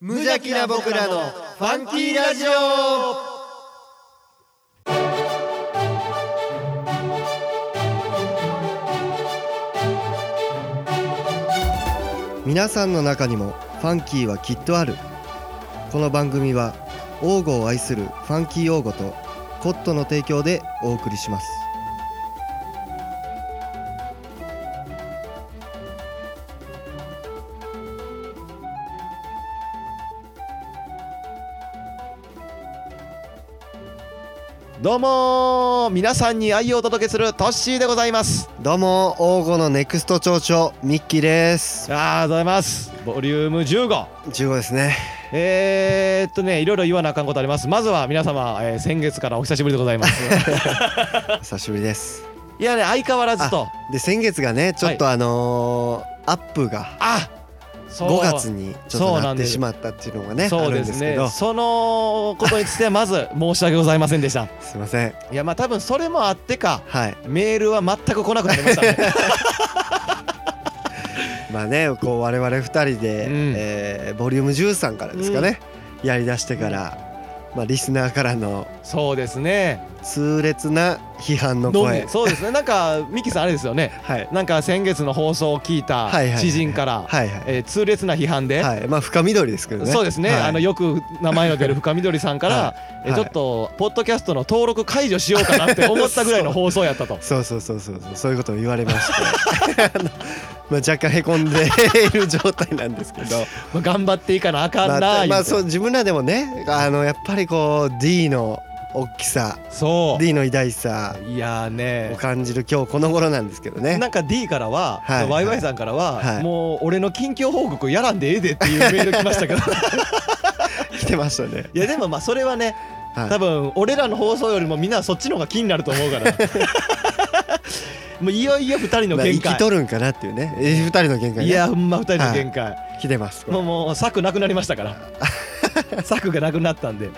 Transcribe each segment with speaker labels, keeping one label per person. Speaker 1: 無邪気な僕らのファンキーラジオ皆さんの中にもファンキーはきっとあるこの番組は王語を愛するファンキー王語とコットの提供でお送りします
Speaker 2: どうもー皆さんに愛をお届けするトッシーでございます
Speaker 1: どうも王語のネクスト町長ミッキーです
Speaker 2: あーございますボリューム15
Speaker 1: 15ですね
Speaker 2: えー、っとねいろいろ言わなあかんことありますまずは皆様、えー先月からお久しぶりでございます
Speaker 1: 久しぶりです
Speaker 2: いやね相変わらずと
Speaker 1: で先月がねちょっとあのーアップが
Speaker 2: あそう
Speaker 1: 5月にちょっと
Speaker 2: そう
Speaker 1: な
Speaker 2: な
Speaker 1: っ
Speaker 2: ん
Speaker 1: て
Speaker 2: です
Speaker 1: しまったっていうのがねあ
Speaker 2: そう
Speaker 1: るん
Speaker 2: で
Speaker 1: ですすけ
Speaker 2: ね
Speaker 1: どす
Speaker 2: そのことについてはまず申し訳ございませんでした
Speaker 1: いません
Speaker 2: いやまあ多分それもあってか
Speaker 1: はい
Speaker 2: メールは全く来なくなりました ね
Speaker 1: まあねこう我々2人で、
Speaker 2: うん
Speaker 1: えーボリューム13からですかね、やりだしてから、まあ、リスナーからの
Speaker 2: そうですね
Speaker 1: 痛烈な批判の
Speaker 2: どん
Speaker 1: 声
Speaker 2: ねそうですねなんかミキさんあれですよね
Speaker 1: はい
Speaker 2: なんか先月の放送を聞いた
Speaker 1: はいはい
Speaker 2: 知人から、
Speaker 1: はいは
Speaker 2: えー痛烈な批判で、
Speaker 1: い、はい、まあ深緑ですけどね
Speaker 2: そうですね、
Speaker 1: はい
Speaker 2: あのよく名前の出る深緑さんから、
Speaker 1: は
Speaker 2: えー
Speaker 1: はい
Speaker 2: ちょっとポッドキャストの登録解除しようかなって思ったぐらいの放送やったと
Speaker 1: そうそうそうそうそうそういうことを言われまして あのまあ若干へこんでいる状態なんですけど
Speaker 2: まあ頑張っていか なあかんな
Speaker 1: まあ
Speaker 2: 言うて
Speaker 1: まあそ
Speaker 2: そう
Speaker 1: 自分らでもねあのやっぱりこう D の大きさ
Speaker 2: う
Speaker 1: D の偉大さ
Speaker 2: いやー
Speaker 1: を
Speaker 2: ね
Speaker 1: 感じる今日この頃なんですけどね
Speaker 2: なんか D からは、
Speaker 1: はい
Speaker 2: ワイワイさんからは、
Speaker 1: はい
Speaker 2: もう俺の近況報告やらんでええでっていうメール来ま したけど
Speaker 1: 来てましたね、
Speaker 2: いやでもまあそれはね
Speaker 1: はい
Speaker 2: 多分俺らの放送よりもみんなそっちの方が気になると思うから もういよいよ2人の
Speaker 1: まあ、生
Speaker 2: 限
Speaker 1: き
Speaker 2: 界、
Speaker 1: とるんかなっていうねえー二人の限界ね
Speaker 2: いやほんま2人の限界、
Speaker 1: 来てます
Speaker 2: もうもう策なくなりましたから 策がなくなったんで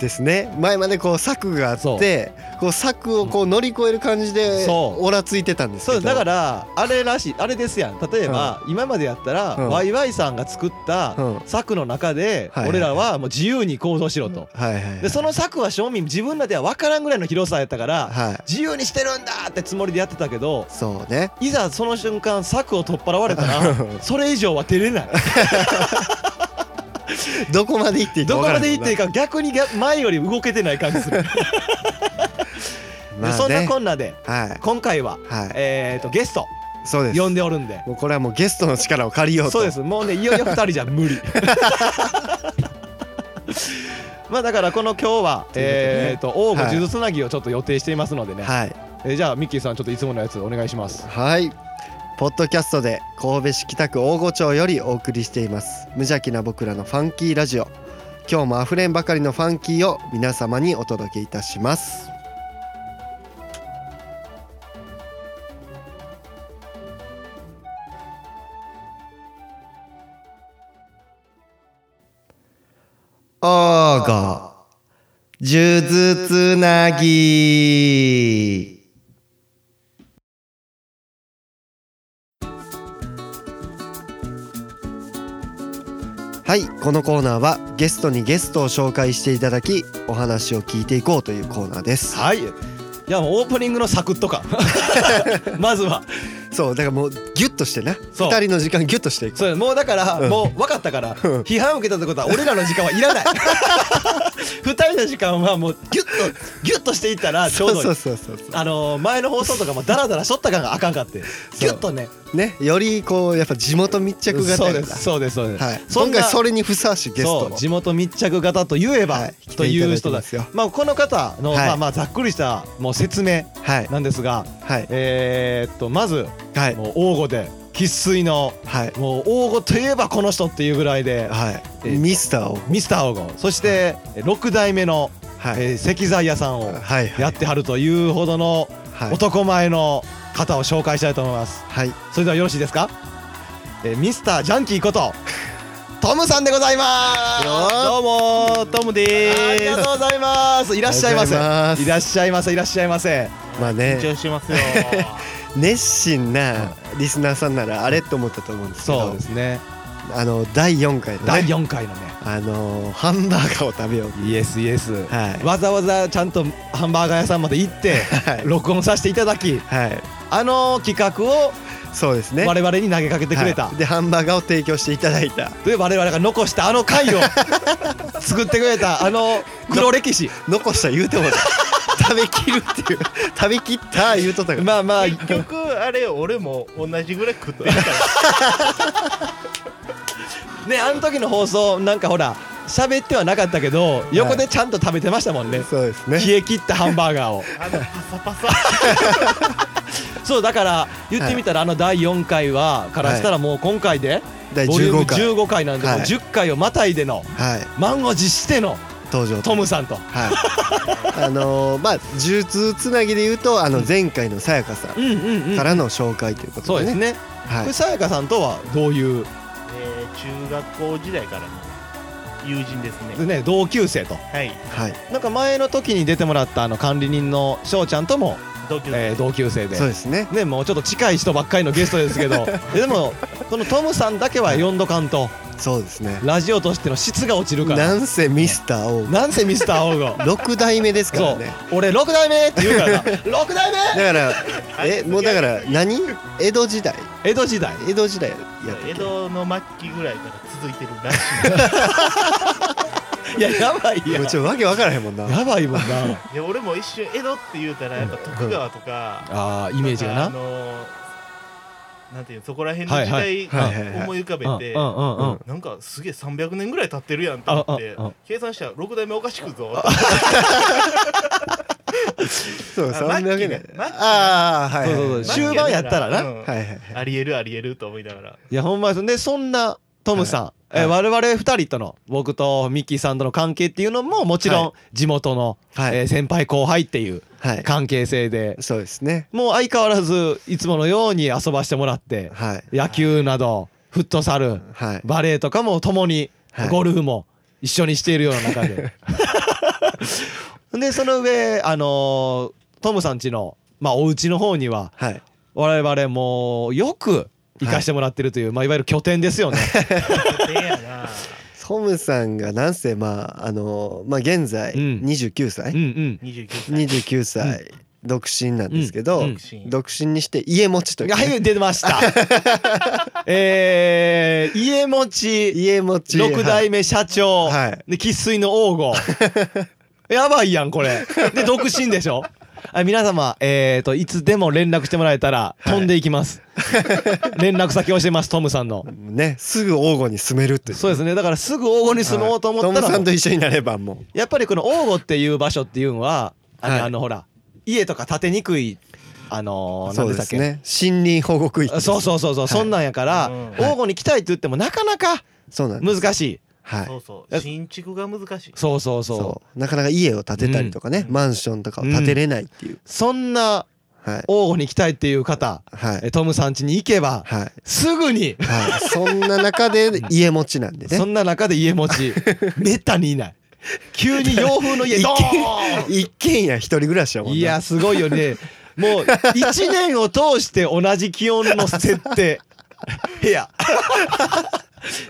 Speaker 1: ですね前までこう策があ
Speaker 2: そ
Speaker 1: ってこう策をこう乗り越える感じで
Speaker 2: そう
Speaker 1: オラついてたんですけど
Speaker 2: そうだからあれらしいあれですやん例えば今までやったら
Speaker 1: うん
Speaker 2: ワイワイさんが作った
Speaker 1: うん
Speaker 2: 策の中で
Speaker 1: はいはい
Speaker 2: 俺らはもう自由に行動しろと
Speaker 1: はいはい
Speaker 2: でその策は正味自分らでは分からんぐらいの広さやったから
Speaker 1: はい
Speaker 2: 自由にしてるんだってつもりでやってたけど
Speaker 1: そうね
Speaker 2: いざその瞬間策を取っ払われた らそれ以上は出 れない
Speaker 1: どこまで行っていいか
Speaker 2: ど
Speaker 1: 分からんもんな
Speaker 2: こまで行っていいか逆に逆前より動けてない感じ するでそんなこんなで
Speaker 1: まあね
Speaker 2: 今回は
Speaker 1: はいはい
Speaker 2: えーとゲスト
Speaker 1: そうです
Speaker 2: 呼んでおるんで
Speaker 1: もうこれはもうゲストの力を借りようと
Speaker 2: そうですもうねいよいよ2人じゃ無理 まあだからこの今日は、
Speaker 1: とい
Speaker 2: え
Speaker 1: う
Speaker 2: っ、と王
Speaker 1: はい
Speaker 2: 吾数珠つなぎをちょっと予定していますのでね、
Speaker 1: はい
Speaker 2: えーじゃあミッキーさんちょっといつものやつお願いします
Speaker 1: はい。ポッドキャストで神戸市北区大御町よりお送りしています無邪気な僕らのファンキーラジオ今日もあふれんばかりのファンキーを皆様にお届けいたします大御数珠つなぎはいこのコーナーはゲストにゲストを紹介していただきお話を聞いていこうというコーナーです
Speaker 2: はいいやもうオープニングのサクッと かまずは
Speaker 1: そうだからもうギュッとしてな
Speaker 2: そう
Speaker 1: 2人の時間ギュッとしていく
Speaker 2: そうもうだから、
Speaker 1: うん
Speaker 2: もう分かったから批判を受けたってことは俺らの時間はいら ない二人の時間はもうギュッとギュッとしていったらちょうどいい
Speaker 1: そうそうそうそ
Speaker 2: あのー前の放送とかもダラダラしょった感があかんかってギュッとね
Speaker 1: うねよりこうやっぱ地元密着型
Speaker 2: そう
Speaker 1: や
Speaker 2: で
Speaker 1: から
Speaker 2: すそうですそうです、
Speaker 1: はい、
Speaker 2: そ
Speaker 1: 今
Speaker 2: んな
Speaker 1: 回それにふさわしいゲスト
Speaker 2: そう
Speaker 1: の
Speaker 2: 地元密着型といえば、
Speaker 1: はい
Speaker 2: という人
Speaker 1: 来ていただいてま
Speaker 2: だ
Speaker 1: すよ
Speaker 2: まあこの方の、
Speaker 1: はい
Speaker 2: まあまあざっくりしたもう説明
Speaker 1: はい
Speaker 2: なんですが、
Speaker 1: はい
Speaker 2: えー、っとまず
Speaker 1: はい
Speaker 2: もう王吾で生粋の
Speaker 1: はい
Speaker 2: もう王吾といえばこの人っていうぐらいで
Speaker 1: はい、
Speaker 2: えー
Speaker 1: ミスターを
Speaker 2: ミスター王吾そして6代目の、
Speaker 1: はい、
Speaker 2: えー石材屋さんを
Speaker 1: はいはい
Speaker 2: やってはるというほどの
Speaker 1: はい
Speaker 2: 男前の方を紹介したいと思います。
Speaker 1: はい
Speaker 2: それではよろしいですか、えー、ミスタージャンキーことトムさんでございます
Speaker 1: ど
Speaker 2: うもトムでありがとうございますいらっしゃいませ
Speaker 1: あり
Speaker 2: い
Speaker 1: が
Speaker 2: らっしゃいませいらっしゃいませ
Speaker 1: まあね
Speaker 3: 緊張しますよ。
Speaker 1: 熱心なリスナーさんならあれと思ったと思うんですけ
Speaker 2: そう
Speaker 1: ど
Speaker 2: ですね
Speaker 1: あの第4回の
Speaker 2: 第
Speaker 1: ね
Speaker 2: 4回のね
Speaker 1: あのハンバーガーを食べよう
Speaker 2: イエスイエス、
Speaker 1: はい
Speaker 2: わざわざちゃんとハンバーガー屋さんまで行って
Speaker 1: はい
Speaker 2: 録音させていただき
Speaker 1: はい
Speaker 2: あの企画を
Speaker 1: そうですね
Speaker 2: 我々に投げかけてくれた、
Speaker 1: はいでハンバーガーを提供していただいた
Speaker 2: で我々が残したあの回 を作ってくれたあの黒歴史
Speaker 1: 残した言うてもね食べきるっていう食べきった言うとったから
Speaker 2: まあまあ
Speaker 3: 結局あれ俺も同じぐらい食ってるから
Speaker 2: ねあの時の放送なんかほら喋ってはなかったけど横でちゃんと食べてましたもんね、
Speaker 1: そうですね
Speaker 2: 冷え切ったハンバ ーガーを
Speaker 3: あのパサパサ
Speaker 2: そうだから言ってみたらあの第4回はからしたらもう今回で
Speaker 1: 第
Speaker 2: ボリューム
Speaker 1: 15回
Speaker 2: 15回なんでもう
Speaker 1: はい
Speaker 2: 10回をまたいでの
Speaker 1: はい
Speaker 2: 満を持しての
Speaker 1: 登場
Speaker 2: トムさんと
Speaker 1: はい、あのーまあ呪術つなぎで言うとあの前回のさやかさ
Speaker 2: うんんうんう
Speaker 1: か
Speaker 2: ん
Speaker 1: らの紹介ということ
Speaker 2: そう
Speaker 1: で
Speaker 2: で
Speaker 1: ね,、
Speaker 2: すね
Speaker 1: は
Speaker 2: こ
Speaker 1: い
Speaker 2: れ、さやかさんとはどういう
Speaker 3: えー中学校時代からの友人ですね
Speaker 2: ね同級生と
Speaker 3: はい
Speaker 1: はい、
Speaker 2: なんか前の時に出てもらったあの管理人の翔ちゃんとも、
Speaker 3: 同級
Speaker 2: えー
Speaker 3: 生
Speaker 2: 同級生で
Speaker 1: そうですね
Speaker 2: ねもうちょっと近い人ばっかりのゲストです けどでもそのトムさんだけは呼んどかんと
Speaker 1: そうですね
Speaker 2: ラジオとしての質が落ちるから
Speaker 1: なんせミスターを
Speaker 2: なんせミスター王吾
Speaker 1: 6代目ですか
Speaker 2: そ
Speaker 1: ら
Speaker 2: う
Speaker 1: ね
Speaker 2: 俺6代目って言う からな6代
Speaker 1: だ
Speaker 2: 目
Speaker 1: からえもうだから何江戸時代
Speaker 2: 江戸時代
Speaker 1: 江戸時代やったっけ
Speaker 3: 江戸の末期ぐらいから続いてるらし
Speaker 2: いややばいや
Speaker 1: もうちょっとわけわからへんもんな
Speaker 2: やばいもんな
Speaker 3: いで俺も一瞬江戸って言うたらやっぱ徳川とか
Speaker 2: あーイメージがな
Speaker 3: あのーなんていうのそこら辺の時
Speaker 2: は
Speaker 3: 代
Speaker 1: はいはいはいはい
Speaker 3: 思い浮かべ
Speaker 2: うんうん
Speaker 3: て
Speaker 2: うんうん
Speaker 3: なんかすげえ300年ぐらい経ってるやんと思って
Speaker 2: ああああ
Speaker 3: 計算したら6代目おかしくぞ
Speaker 1: そう
Speaker 3: あ
Speaker 1: 300
Speaker 3: マッ
Speaker 1: 年
Speaker 3: キーねマッキーね
Speaker 1: ああはい
Speaker 2: そうそう
Speaker 1: は
Speaker 2: そう
Speaker 1: い
Speaker 2: 終盤やったらな
Speaker 3: うん
Speaker 1: はいはいはい
Speaker 3: ありえるありえると思いながら
Speaker 2: いやほんまですでそんなトムさん、
Speaker 1: はい
Speaker 2: えー我々二人との僕とミッキーさんとの関係っていうのももちろん地元の、
Speaker 1: はい
Speaker 2: えー先輩後輩っていう
Speaker 1: はい
Speaker 2: 関係性で
Speaker 1: そうですね
Speaker 2: もう相変わらずいつものように遊ばしてもらって
Speaker 1: はい
Speaker 2: 野球などフットサル
Speaker 1: はい
Speaker 2: バレエとかも共に
Speaker 1: はい
Speaker 2: ゴルフも一緒にしているような中で。 でその上あのートムさんちのまあお家の方には
Speaker 1: はい
Speaker 2: 我々もよく行かしてもらってるという、い、まあいわゆる拠点ですよね。
Speaker 3: ええやな
Speaker 1: トムさんがなんせまああのまあ現在
Speaker 2: うん
Speaker 1: 29
Speaker 2: うんう
Speaker 1: 歳、
Speaker 2: ん。
Speaker 3: 29歳
Speaker 1: 29歳、独身なんですけど、
Speaker 2: うんうん
Speaker 3: 独身
Speaker 1: 独身にして家持ちというね、
Speaker 2: はい出 ました。えー、家持ち
Speaker 1: 家持ち
Speaker 2: 六代目社長、
Speaker 1: はい
Speaker 2: で生粋の 王吾やばいやんこれで独身でしょあ皆様えー、といつでも連絡してもらえたら飛んでい きます、連絡先教えますトムさんの
Speaker 1: ねすぐ王吾に住めるって
Speaker 2: そうですねだからすぐ王吾に住もうと思った
Speaker 1: はいト
Speaker 2: ら、
Speaker 1: ムさんと一緒になればも
Speaker 2: やっぱりこの王吾っていう場所っていうのはあの,、
Speaker 1: はい
Speaker 2: あのほら家とか建てにくいあ
Speaker 1: う
Speaker 2: のー、
Speaker 1: そ
Speaker 2: 何
Speaker 1: うで
Speaker 2: でしたっ
Speaker 1: す
Speaker 2: け
Speaker 1: ね森林保護区域
Speaker 2: そうそうそうそう、
Speaker 1: い
Speaker 2: そんなんやから、
Speaker 3: うん
Speaker 2: 王吾に来たいって言ってもなかなか
Speaker 1: そうなんです
Speaker 2: 難しい
Speaker 1: はい
Speaker 3: そうそう新築が難しい
Speaker 2: そうそうそうそ
Speaker 1: そうなかなか家を建てたりとかね、
Speaker 3: うん
Speaker 1: マンションとかを建てれないっていう、
Speaker 2: んな
Speaker 1: はい
Speaker 2: 王吾に来たいっていう方、
Speaker 1: はい
Speaker 2: えトムさん家に行けば
Speaker 1: はい
Speaker 2: すぐに、
Speaker 1: はい、そんな中で家持ちなんでね
Speaker 2: そんな中で家 持ちめったにいない急に洋風の家
Speaker 1: 一
Speaker 2: ド
Speaker 1: 軒
Speaker 2: ー
Speaker 1: 一軒家一人暮らしやもん
Speaker 2: ン
Speaker 1: ない
Speaker 2: やすごいよねもう1年を通して同じ気温の設 定部屋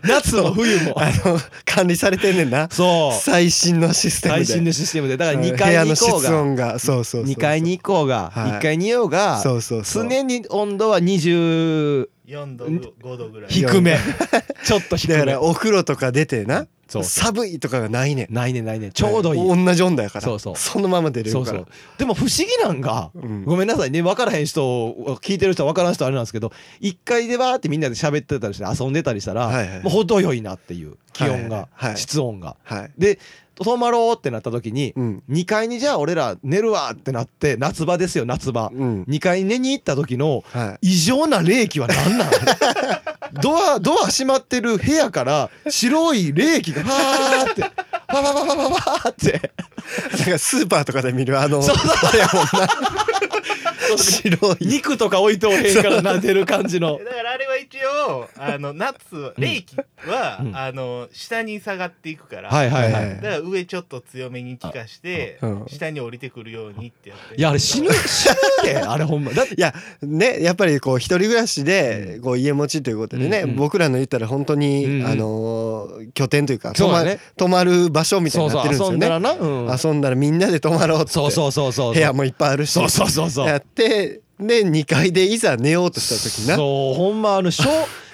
Speaker 2: 夏も冬も
Speaker 1: あの管理されてんねんな
Speaker 2: そう
Speaker 1: 最新のシステムで
Speaker 2: 最新のシステムでだから
Speaker 1: はい
Speaker 2: 2階に行こう
Speaker 1: 部屋の室
Speaker 2: が
Speaker 1: 温がそうそうそう
Speaker 2: 2階に行こうが
Speaker 1: はい
Speaker 2: 1階にいようが
Speaker 1: そうそうそう
Speaker 2: 常に温度は20
Speaker 3: 4度5度ぐらい
Speaker 2: 低めちょっと低
Speaker 1: だか
Speaker 2: め
Speaker 1: らお風呂とか出てな
Speaker 2: そう
Speaker 1: 寒いとかがないねん
Speaker 2: ないねないねちょうどいい
Speaker 1: 同じ温度やから
Speaker 2: そうそう
Speaker 1: のまま出れ
Speaker 2: そ
Speaker 1: る
Speaker 2: う
Speaker 1: か
Speaker 2: そ
Speaker 1: ら
Speaker 2: うでも不思議なんか
Speaker 1: うん
Speaker 2: ごめんなさいね分からへん人聞いてる人は分からん人はあれなんですけど1階でわーってみんなで喋ってたりして遊んでたりしたら
Speaker 1: はいはい
Speaker 2: もう程よいなっていう気温が
Speaker 1: はいはい
Speaker 2: 室温が
Speaker 1: はい
Speaker 2: で泊まろうってなった時に
Speaker 1: うん
Speaker 2: 2階にじゃあ俺ら寝るわってなって夏場ですよ夏場
Speaker 1: うん
Speaker 2: 2階に寝に行った時の
Speaker 1: は
Speaker 2: 異常な冷気は 何なのドアドア閉まってる部屋から白い冷気がパーってパパパパパパーって
Speaker 1: いだからスーパーとかで見るあの
Speaker 2: そうそう
Speaker 1: あれやもんな白い
Speaker 2: 肉とか置いておへんからな出る感じの
Speaker 3: えだからあれは一応あの夏
Speaker 2: うん
Speaker 3: 冷気は、
Speaker 2: うん
Speaker 3: あの下に下がっていくから、
Speaker 2: はいはいは
Speaker 1: はいい。
Speaker 3: だから上ちょっと強めに効かして、
Speaker 1: うん
Speaker 3: 下に降りてくるようにってやって
Speaker 2: いや、あれ死 ぬ、死ぬで、あれほんま。だって、
Speaker 1: ねやっぱりこう一人暮らしでこう家持ちということでね、
Speaker 2: うんうん
Speaker 1: 僕らの言ったら本当に、
Speaker 2: うんうん
Speaker 1: あのー拠点というか
Speaker 2: そ
Speaker 1: 泊
Speaker 2: う
Speaker 1: ま
Speaker 2: だね。
Speaker 1: 泊まる場所みたい
Speaker 2: そう
Speaker 1: にな
Speaker 2: そ
Speaker 1: って
Speaker 2: う、
Speaker 1: るんです
Speaker 2: 遊
Speaker 1: よ
Speaker 2: んだ
Speaker 1: ね。
Speaker 2: らな。うん。
Speaker 1: 遊んだらみんなで泊まろうって
Speaker 2: そうそうそうそう。
Speaker 1: 部屋もいっぱいあるし
Speaker 2: そうそうそうそう。
Speaker 1: やってで2階でいざ寝ようとした時な
Speaker 2: そう、ほんま、あの、 しょう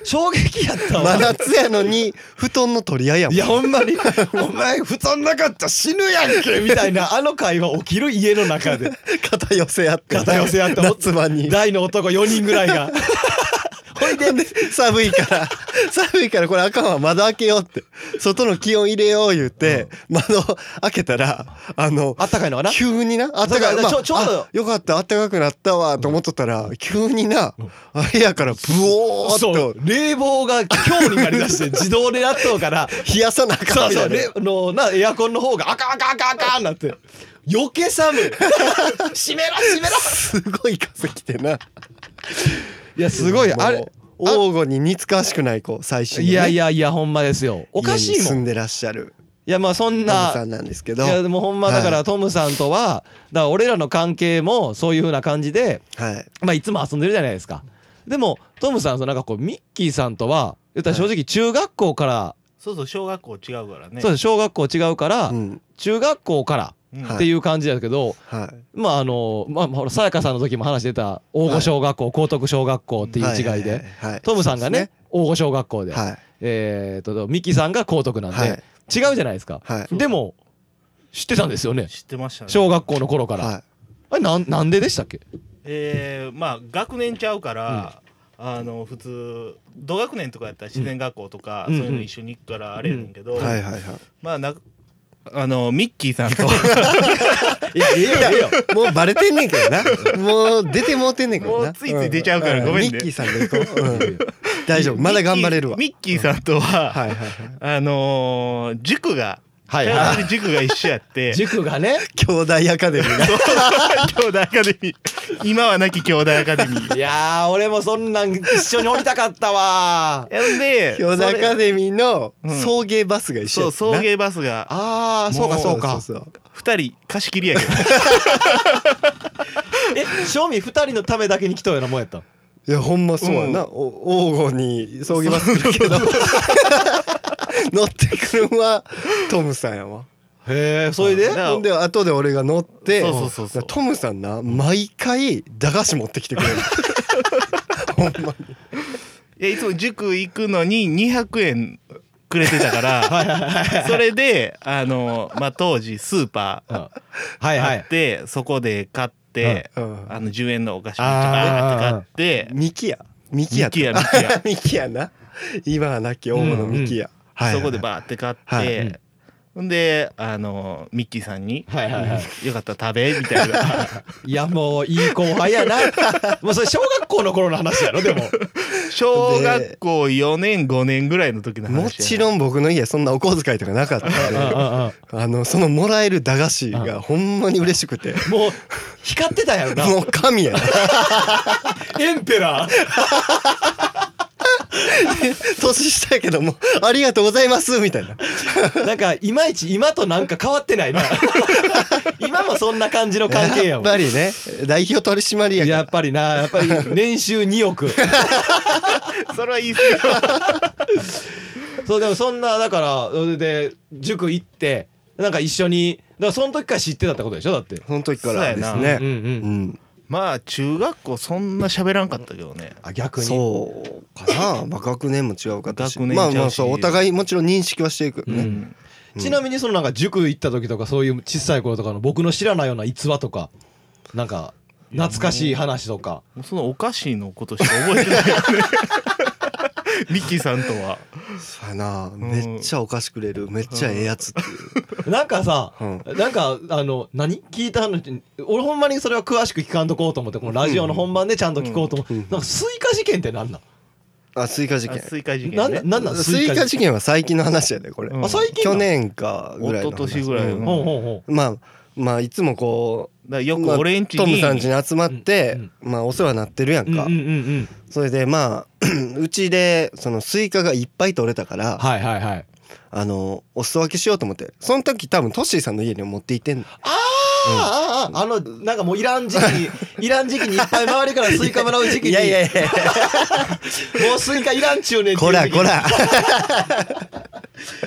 Speaker 2: 衝撃やったわ
Speaker 1: 真。夏やのに布団の取り合いやも
Speaker 2: い
Speaker 1: ん
Speaker 2: や、ほんまに、お前、布団なかったら死ぬやんけみたいな、あの会話起きる家の中で。
Speaker 1: 肩寄せ合って
Speaker 2: 肩寄せ合って
Speaker 1: 夏場に
Speaker 2: 大の男4人ぐらいが。
Speaker 1: ほいで 寒いから寒いからこれあかんわ窓開けようって外の気温入れよう言って、窓開けたらあの
Speaker 2: あったかいのかな
Speaker 1: 急になあったか
Speaker 2: だから
Speaker 1: い、まあ、
Speaker 2: ちょちょうど
Speaker 1: あよかったあったかくなったわと思っとったら、急にな部屋からブオーっ
Speaker 2: そ
Speaker 1: と
Speaker 2: う。冷房が強になりだして、自動でやっとうから、
Speaker 1: 冷やさなあか
Speaker 2: そ
Speaker 1: ん
Speaker 2: う
Speaker 1: み
Speaker 2: そ
Speaker 1: た
Speaker 2: う、
Speaker 1: いな
Speaker 2: レのなエアコンの方があかんあかんあかんあかんなって余計 寒い閉めろ閉めろ
Speaker 1: すごい風来てない
Speaker 2: やすごいあれ
Speaker 1: 王吾に似つかわしくない子最新のね
Speaker 2: いやいやいやほんまですよおか
Speaker 1: 家
Speaker 2: し
Speaker 1: に
Speaker 2: いも
Speaker 1: 住
Speaker 2: んい
Speaker 1: んでらっしゃる
Speaker 2: やまあそん
Speaker 1: なさ
Speaker 2: なん
Speaker 1: なんですけ
Speaker 2: い
Speaker 1: ど
Speaker 2: やでもほんまだから
Speaker 1: は
Speaker 2: トムさんとはだから俺らの関係もそういう風な感じで
Speaker 1: はい
Speaker 2: まあいつも遊んでるじゃないですかでもトムさんそのなんかこうミッキーさんとは言ったら正直中学校から
Speaker 3: そうそう小学校違うからね
Speaker 2: そうです小学校違うから
Speaker 1: うん
Speaker 2: 中学校から
Speaker 3: うん
Speaker 1: はい
Speaker 2: っていう感じだけど
Speaker 1: は
Speaker 2: まああのまあまあほらさやかさんの時も話してた大御小学校、高徳小学校って
Speaker 1: い
Speaker 2: いう違いで、
Speaker 1: はいはい
Speaker 2: トムさんがね大御小学校で、
Speaker 1: はい
Speaker 2: えー、とミキさんが高徳なんで、
Speaker 1: はい
Speaker 2: 違うじゃないですか、
Speaker 1: はい
Speaker 2: でも知ってたんですよね
Speaker 3: 知ってましたね
Speaker 2: 小学校の頃から、
Speaker 1: は
Speaker 2: あれなんなんででしたっけ
Speaker 3: えー、まあ学年ちゃうから、あの普通同学年とかやったら自然学校とか、
Speaker 2: うん
Speaker 3: そういうの一緒に行くからあれやねんけど、
Speaker 1: いはい はいは
Speaker 3: まあなあのミッキーさ んと
Speaker 2: いやいやいやいや
Speaker 1: いもうバレてんねんけどなもう出てもうてんねんけど
Speaker 3: もう
Speaker 1: な
Speaker 3: ついつい出ちゃうから
Speaker 1: ん
Speaker 3: ごめ
Speaker 1: ミ
Speaker 3: んね
Speaker 1: ッキーさんで行こううん大丈夫まだ頑張れるわ
Speaker 3: ミッキーミッキーさんとは、
Speaker 1: はいはいはい
Speaker 3: あのー塾が
Speaker 2: はい
Speaker 3: 通って
Speaker 2: は
Speaker 3: る塾が一緒やっ
Speaker 2: い
Speaker 3: て
Speaker 2: 塾が ね
Speaker 1: 兄弟アカ デミーな
Speaker 3: 兄弟アカデミー今はなき兄弟アカデミ ー
Speaker 2: いやー俺もそんなん一緒に降りたかった わー
Speaker 3: やんで
Speaker 1: 兄弟アカデミーの
Speaker 3: うん
Speaker 1: 送迎バスが一緒
Speaker 3: そ
Speaker 1: や
Speaker 3: う
Speaker 1: った
Speaker 3: 送
Speaker 1: な
Speaker 3: 迎バスが
Speaker 2: あーそうかそうか
Speaker 1: そうそう
Speaker 3: 二人貸し切りやけど
Speaker 2: え正味二人のためだけに来たようなもんやったの
Speaker 1: いやほんまそうやな、お黄金に送迎バス来るけど 乗ってくるんはトムさんやわ
Speaker 2: へえそれで
Speaker 3: だから
Speaker 1: ほんで後で俺が乗って
Speaker 3: そうそうそうそう
Speaker 1: トムさんな毎回駄菓子持ってきてくれるほんまに
Speaker 3: いやいつも塾行くのに200円くれて たからそれであのーまあ当時スーパ
Speaker 2: うん
Speaker 3: ー
Speaker 2: はいは
Speaker 3: あ
Speaker 2: い
Speaker 3: って、そこで買って、
Speaker 1: うん
Speaker 3: あの10円のお菓子めっちゃバーって買って
Speaker 1: ミキヤミキヤって
Speaker 3: ミキヤミキヤ
Speaker 1: ミキヤな今はなき王のミキヤ、はい
Speaker 3: そこでバーって買って、
Speaker 1: はい
Speaker 2: うん
Speaker 3: ほんであのミッキーさんに
Speaker 2: はいはいはい
Speaker 3: 「よかったら食べ」みた いな
Speaker 2: いやもういい後輩や なもうそれ小学校の頃の話やろでも
Speaker 3: 小学校4年5年ぐらいの時の話や
Speaker 1: もちろん僕の家そんなお小遣いとかなかったん
Speaker 2: うんうんう
Speaker 1: で
Speaker 2: ん
Speaker 1: あのそのもらえる駄菓子がほんまに嬉しくて
Speaker 2: もう光ってたやろな
Speaker 1: もう神 やな
Speaker 2: エンペラー
Speaker 1: 年下やけどもありがとうございますみたいな
Speaker 2: なんかいまいち今となんか変わって ないな今もそんな感じの関係や
Speaker 1: っ
Speaker 2: もん
Speaker 1: ぱりね代表取締役
Speaker 2: やっぱりなやっぱり年収2億
Speaker 3: それは言い過ぎだ
Speaker 2: そうでもそんなだからそれで塾行ってなんか一緒にだからその時から知ってたってことでしょだって
Speaker 1: その時からです
Speaker 3: そうや
Speaker 2: うん
Speaker 1: ね
Speaker 2: うん
Speaker 1: ん
Speaker 3: まあ中学校そんな喋らんかったけどね
Speaker 2: あ逆に
Speaker 1: そうかな、まあ、学年も違うかったし
Speaker 3: 学年
Speaker 1: まあ
Speaker 3: 違うし
Speaker 1: まあそうお互いもちろん認識はしていくよ
Speaker 2: う
Speaker 1: ね、
Speaker 2: んちなみにそのなんか塾行った時とかそういう小さい頃とかの僕の知らないような逸話とかなんか懐かしい話とか
Speaker 3: もうそのお菓子のことしか覚えてないよね ミッキーさんとは
Speaker 1: そうやなめっちゃお菓子くれるめっちゃええやつっていう
Speaker 2: なんかさ
Speaker 1: う
Speaker 2: なんかあの何聞いた話俺ほんまにそれは詳しく聞かんとこうと思ってこのラジオの本番でちゃんと聞こうと思って
Speaker 1: うん
Speaker 2: なんかスイカ事件ってなんなん
Speaker 1: あスイカ事
Speaker 3: あ
Speaker 1: 件
Speaker 3: スイカ事
Speaker 2: な
Speaker 3: 件
Speaker 2: ん
Speaker 3: ね
Speaker 2: だなんなん
Speaker 1: スイカ事件は最近の話やでこれ、
Speaker 3: うん
Speaker 2: あ最近
Speaker 1: 去
Speaker 2: なん
Speaker 1: 年かぐらいの話
Speaker 3: 一昨年ぐらいの
Speaker 1: うん
Speaker 2: ほうほうほ
Speaker 1: まあまあいつもこう
Speaker 3: らよく俺んち
Speaker 1: まあトム
Speaker 3: に、
Speaker 1: さん家に集まって
Speaker 2: うん、
Speaker 1: まあお世話になってるやん
Speaker 2: うんうん
Speaker 1: か、
Speaker 2: うんうん
Speaker 1: それでまあ うちでそのスイカがいっぱい取れたから、
Speaker 2: はいはいはい
Speaker 1: あのお裾分けしようと思ってその時多分トッシーさんの家に持って行ってんの
Speaker 2: あーあーあのなんかもういらん時期にいらん時期にいっぱい周りからスイカもらう時期 に
Speaker 1: いや
Speaker 2: もうスイカいらんちゅうねんってい
Speaker 1: こ
Speaker 2: う時
Speaker 1: ら
Speaker 2: 期
Speaker 1: こら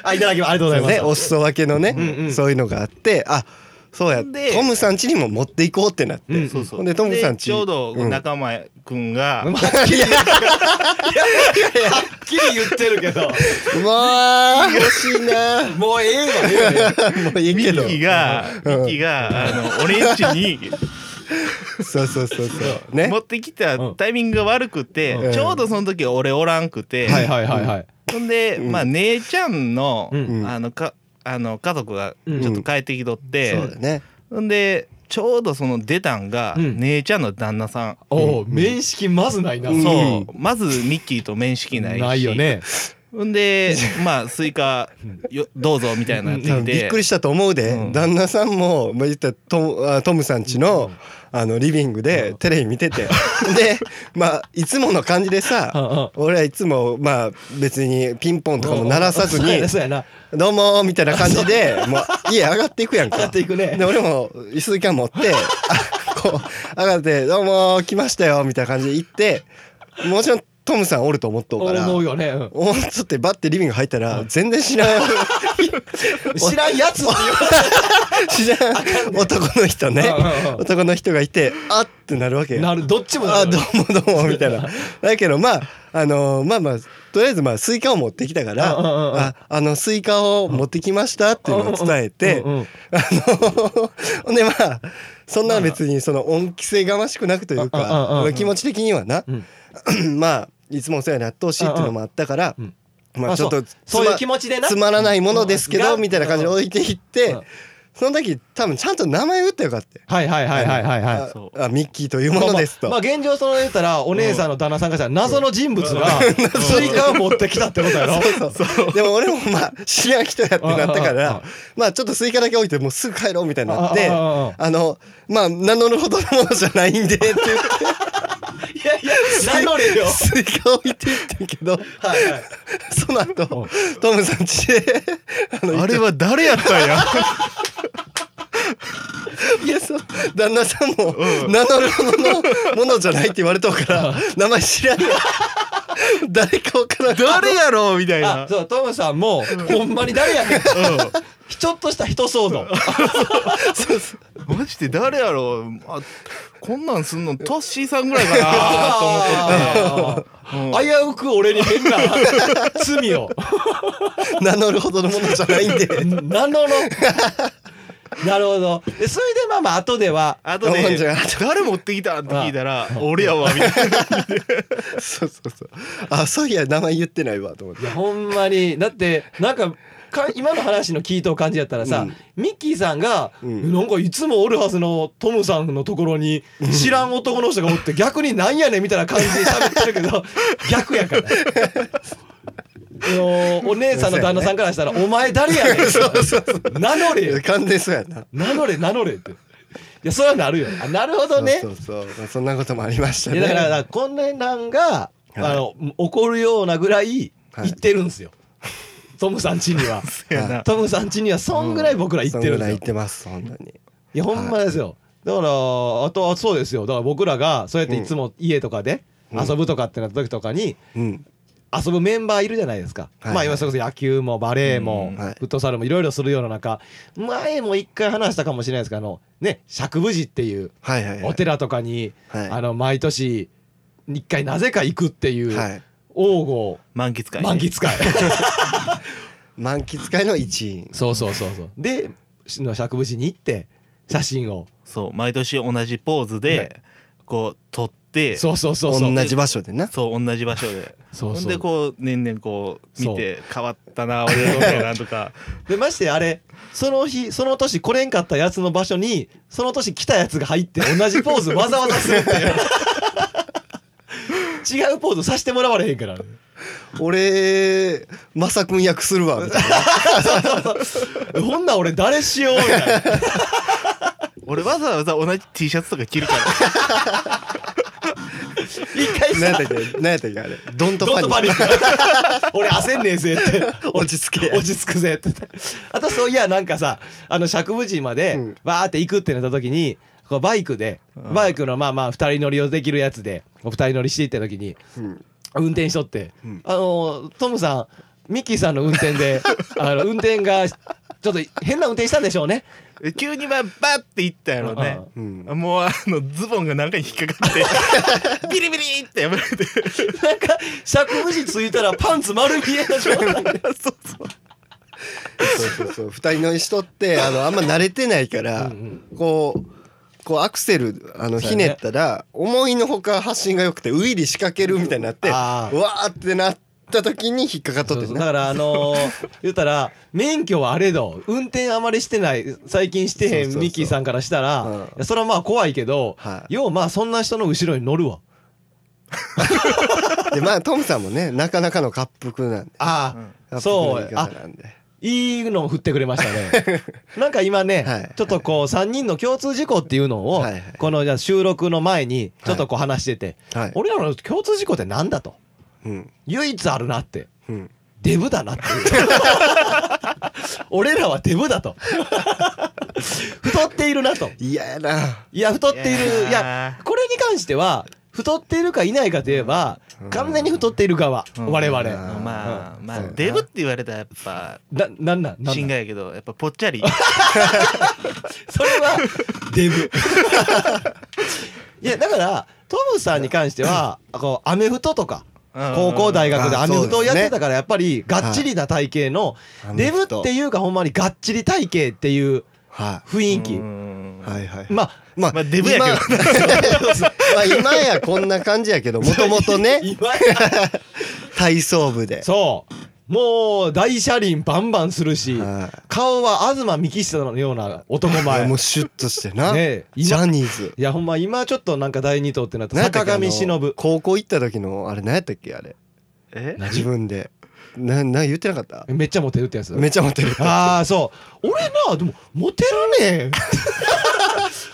Speaker 2: あいただきますありがとうございます、
Speaker 1: ねお裾分けのね、
Speaker 2: うんうん
Speaker 1: そういうのがあってあそうや
Speaker 3: で
Speaker 1: トムさん家にも持って行こうってなって、
Speaker 2: うん
Speaker 3: そうそ
Speaker 1: ほ
Speaker 3: うん
Speaker 1: でトムさんち
Speaker 3: ちょうど
Speaker 1: うん
Speaker 3: 仲間くんが、
Speaker 2: はっきり言ってるはっきり言ってるけど
Speaker 1: うわー欲しいな
Speaker 2: もうええわええ
Speaker 1: も
Speaker 2: わ
Speaker 1: ういいけど
Speaker 3: ミキが、
Speaker 1: うん
Speaker 3: ミキが、あの、俺んちに
Speaker 1: そうそうそうそうね
Speaker 3: 持ってきたタイミングが悪くて、
Speaker 1: うん
Speaker 3: ちょうどその時俺おらんくて、
Speaker 2: はいはいはいはい
Speaker 3: ほんで、
Speaker 1: うん
Speaker 3: まあ、姉ちゃんの、
Speaker 2: うん
Speaker 3: あの、か、あの、家族が
Speaker 2: うん
Speaker 3: ちょっと帰ってきとって、
Speaker 1: そうだね
Speaker 3: ほんで、ちょうどその出たんが、
Speaker 2: うん
Speaker 3: 姉ちゃんの旦那さん。
Speaker 2: おお面識まずないな
Speaker 1: うん
Speaker 3: そう、まずミッキーと面識ないし。
Speaker 2: ないよ。ね
Speaker 3: ほんで、まあ、スイカ、よどうぞみたいなって
Speaker 1: 多
Speaker 3: 言
Speaker 1: 分
Speaker 3: って。
Speaker 1: びっくりしたと思うで、
Speaker 3: うん
Speaker 1: 旦那さんも、まあ、言ったらトあトムさん家の,、あのリビングでテレビ見て て、でまあいつもの感じでさ、
Speaker 2: うんうん
Speaker 1: 俺はいつもまあ別にピンポンとかも鳴らさず
Speaker 2: そうや
Speaker 1: に
Speaker 2: なそうやな
Speaker 1: 「どうも」みたいな感じでもう家上がっていくやんか。
Speaker 2: 上がっていくね
Speaker 1: で俺もスイカ持ってあこう上がって「どうも来ましたよ」みたいな感じで行ってもちろんトムさんおると思っとうから。
Speaker 2: 思うよねうん
Speaker 1: おっつってバッてリビング入ったら全然知らん
Speaker 2: 知らんやつって
Speaker 1: 知らん男の人ね
Speaker 2: うんうんうん
Speaker 1: 男の人がいてあってなるわけ
Speaker 2: 言う
Speaker 1: よ
Speaker 2: なるどっちもな
Speaker 1: あ
Speaker 2: る
Speaker 1: どうもどうもみたいなだけどまああのーまあまあとりあえずまあスイカを持ってきたから
Speaker 2: うんうんうんうん
Speaker 1: ああのスイカを持ってきましたっていうのを伝えて
Speaker 2: うんうん
Speaker 1: あのほんでまあそんな別にその恩着せがましくなくという
Speaker 2: うんうんうんう
Speaker 1: か
Speaker 2: ん
Speaker 1: 気持ち的にはな
Speaker 2: うん
Speaker 1: まあいつもお世話になってほしいっていうのもあったから
Speaker 2: うん
Speaker 1: まあちょっと
Speaker 2: そうそういう気
Speaker 1: つま
Speaker 2: 持ちでな
Speaker 1: つまらないものですけ
Speaker 2: うんう
Speaker 1: ど
Speaker 2: ん
Speaker 1: みたいな感じで置いていって
Speaker 2: うん
Speaker 1: その時多分ちゃんと名前打ってよかったよ
Speaker 2: はいはいはいはいはいはい
Speaker 1: あ
Speaker 3: そう
Speaker 1: あミッキーというものですと
Speaker 2: まあ、まあ現状その言ったらお姉さんの旦那さんがさ謎の人物がスイカを持ってきたってことやろ
Speaker 1: そうそうでも俺もまあ知らん人やってなったか
Speaker 2: あああ
Speaker 1: らまあちょっとスイカだけ置いてもうすぐ帰ろうみたいになって
Speaker 2: あああ
Speaker 1: あのまあ名乗るほどのものじゃないんでって言って
Speaker 2: いやいや名乗れよ
Speaker 1: スイカ置いていってんけど
Speaker 2: はいはい
Speaker 1: その後トムさん家であの
Speaker 3: あれは誰やったんや。
Speaker 1: いやそう旦那さんも名乗るほどのものじゃないって言われとうから名前知らんよ誰かわからん
Speaker 3: 誰やろうみたい
Speaker 2: あ
Speaker 3: な。
Speaker 2: そうトムさんもほんまに誰やねんちょっとした人騒動
Speaker 3: うん。マジで誰やろうあ、こんなんすんの、トッシーさんぐらいかなと思ってて。
Speaker 2: あー危うく俺に変な罪を
Speaker 1: 名乗るほどのものじゃないん で
Speaker 2: 名乗ろうなるほどでそれでまあまあ後では
Speaker 3: あと
Speaker 1: どうも
Speaker 3: で
Speaker 1: んじゃ
Speaker 3: 誰持ってきたって聞いたら俺やわみたいな
Speaker 1: そうそうそうあそういや名前言ってないわと思って
Speaker 2: いやほんまにだってなんかか今の話の聞いとう感じやったらさ、
Speaker 1: うん
Speaker 2: ミッキーさんが、
Speaker 1: うん
Speaker 2: なんかいつもおるはずのトムさんのところに知らん男の人がおって逆になんやねんみたいな感じで喋ってるけ ど逆やから。あのお姉さんの旦那さんからしたら「お前誰やねん」名乗れよ
Speaker 1: 完全そうやな
Speaker 2: 名乗れ名乗れ」っていやそれはなるよあなるほどね
Speaker 1: そうそうそうそんなこともありました
Speaker 2: い
Speaker 1: ね
Speaker 2: やだからだからこんななんが、
Speaker 1: い
Speaker 2: あの起こるようなぐらい
Speaker 1: はい
Speaker 2: 行ってるんですよ、トムさん家に は
Speaker 3: やな
Speaker 2: トムさん家にはそんぐらい僕ら行ってるん
Speaker 1: そんぐ
Speaker 2: で
Speaker 1: ら
Speaker 2: す
Speaker 1: い
Speaker 2: よ
Speaker 1: 行ってます本当に
Speaker 2: いやほんまですよ、だからあとはそうですよだから僕らがそうやっていつも家とかで遊ぶとかってなった時とかに
Speaker 1: うん
Speaker 2: 遊ぶメンバーいるじゃないですか、
Speaker 1: はい
Speaker 2: まあ今それこそ野球もバレーも、
Speaker 3: うん
Speaker 1: はい
Speaker 2: フットサルもいろいろするような中前も一回話したかもしれないですけどあのね釈部寺っていう
Speaker 1: はいはいはい
Speaker 2: お寺とかに、
Speaker 1: はい
Speaker 2: あの毎年一回なぜか行くっていう
Speaker 1: はい
Speaker 2: 王郷
Speaker 3: 満喫会ね
Speaker 2: 満 喫会
Speaker 1: 満喫会の一員
Speaker 2: そうそうそうそうでしの釈部寺に行って写真を
Speaker 3: そう毎年同じポーズ
Speaker 2: は
Speaker 3: でこう撮ってそう
Speaker 2: そうそうそうそう
Speaker 1: 同じ場所でな
Speaker 3: 同じ場所で
Speaker 2: そうそう
Speaker 3: ほんでこう年々こう
Speaker 2: そう
Speaker 3: 見て変わったな俺のみたいなとか
Speaker 2: でましてあれその日その年来れんかったやつの場所にその年来たやつが入って同じポーズわざわざするっていう 違うポーズさせてもらわれへんからね
Speaker 1: 俺まさくん役する わみたいな
Speaker 2: ほんなん俺誰しようみたいな
Speaker 3: 俺わざわざ同じ T シャツとか着るから。
Speaker 2: 一回
Speaker 1: 何や
Speaker 2: さ
Speaker 1: ったっけ何やったっけあれドンと
Speaker 2: ド
Speaker 1: パ
Speaker 2: ッ
Speaker 1: ニ
Speaker 2: トパニック 俺焦んねえぜって
Speaker 1: 落ち着け
Speaker 2: 落ち着くぜって あとそういやなんかさあの釈無人ま
Speaker 1: う
Speaker 2: で
Speaker 1: ん
Speaker 2: バーって行くってなった時にこうバイクで
Speaker 3: うん
Speaker 2: バイクのまあまあ二人乗りをできるやつでお二人乗りしていった時に
Speaker 1: うん
Speaker 2: 運転しとって、
Speaker 3: うん
Speaker 2: あのトムさんミッキーさんの運転であの運転がちょっと変な運転したんでしょうね
Speaker 3: 急にまあバッて行ったやろね。
Speaker 1: うん
Speaker 3: もうあのズボンがなんかに引っかかってビリビリって破れて
Speaker 2: なんか釈無人ついたらパンツ丸見えの状態で
Speaker 3: そうそう
Speaker 1: そうそうそう二人乗りしとってあのあんま慣れてないから
Speaker 2: うん
Speaker 1: こうこうアクセルあの
Speaker 2: そう
Speaker 1: ひ
Speaker 2: やね
Speaker 1: ねったら、思いのほか発進が良くてウイリ仕掛けるみたいになってう
Speaker 2: あ
Speaker 1: わ
Speaker 2: ー
Speaker 1: ーってなった時に引っかかっとって
Speaker 2: そ
Speaker 1: ん
Speaker 2: う
Speaker 1: な
Speaker 2: だからあ のー言ったら免許はあれど運転あまりしてない最近してへ
Speaker 1: そうそうそ
Speaker 2: ん
Speaker 1: う
Speaker 2: ミッキーさんからしたら
Speaker 1: うん
Speaker 2: いやそれはまあ怖いけど、
Speaker 1: はい
Speaker 2: ようまあそんな人の後ろに乗るわ
Speaker 1: でまあトムさんもねなかなかの滑覆なんで
Speaker 2: ああ、
Speaker 1: 滑覆
Speaker 2: そ
Speaker 1: の
Speaker 2: う
Speaker 1: 言い
Speaker 2: あ
Speaker 1: 方なんで
Speaker 2: いいのを振ってくれました ね。なんか今ね、
Speaker 1: はい
Speaker 2: ちょっとこう3人の共通事項っていうのを、
Speaker 1: はいはい
Speaker 2: このじゃあ収録の前にちょっとこう話してて、
Speaker 1: はい
Speaker 2: 俺らの共通事項ってなんだと
Speaker 1: うん
Speaker 2: 唯一あるなって
Speaker 1: うん
Speaker 2: デブだなっていう俺らはデブだと太っているなと
Speaker 1: 嫌やない
Speaker 2: や太っているい
Speaker 3: いや
Speaker 2: や
Speaker 3: ー
Speaker 2: これに関しては太っているかいないかといえば、
Speaker 1: うん
Speaker 2: 完全に太っている側、
Speaker 3: うん
Speaker 2: 我々、
Speaker 1: うん
Speaker 3: まあま
Speaker 1: そう
Speaker 3: あ
Speaker 1: やな
Speaker 3: デブって言われたらやっぱ
Speaker 2: ななんなんなん
Speaker 3: 心
Speaker 2: なん
Speaker 3: 外やけどやっぱぽっちゃり
Speaker 2: それはデブいやだからトムさんに関してはこうアメフトとか高校大学でアメフトをやってたからやっぱりがっちりな体型の
Speaker 1: はい
Speaker 2: デブっていうかほんまにがっちり体型っていう
Speaker 1: は
Speaker 2: 雰囲気
Speaker 1: い
Speaker 3: は
Speaker 1: はい
Speaker 3: い
Speaker 1: はい
Speaker 2: まあ
Speaker 1: ま
Speaker 3: まあデブやけど
Speaker 1: 今 まあ今やこんな感じや けどもともとね
Speaker 2: 今や
Speaker 1: 体操部で
Speaker 2: そうもう大車輪バンバンするし
Speaker 1: はい
Speaker 2: 顔は東幹久のような男
Speaker 1: いや
Speaker 2: 前
Speaker 1: も
Speaker 2: ね
Speaker 1: うシュッとしてな、
Speaker 2: え
Speaker 1: ジャ
Speaker 2: 今
Speaker 1: ニーズ
Speaker 2: いやほんま今ちょっとなんか第二党ってなった
Speaker 1: 何やったっ
Speaker 2: 坂
Speaker 1: け
Speaker 2: 上
Speaker 1: あの
Speaker 2: 忍
Speaker 1: 高校行った時のあれ何やったっけあれ
Speaker 3: え
Speaker 2: 何
Speaker 1: 自分でなな言ってなかった
Speaker 2: めっちゃモテるってやつ
Speaker 1: めっちゃモテる
Speaker 2: ああそう俺なでもモテ るねん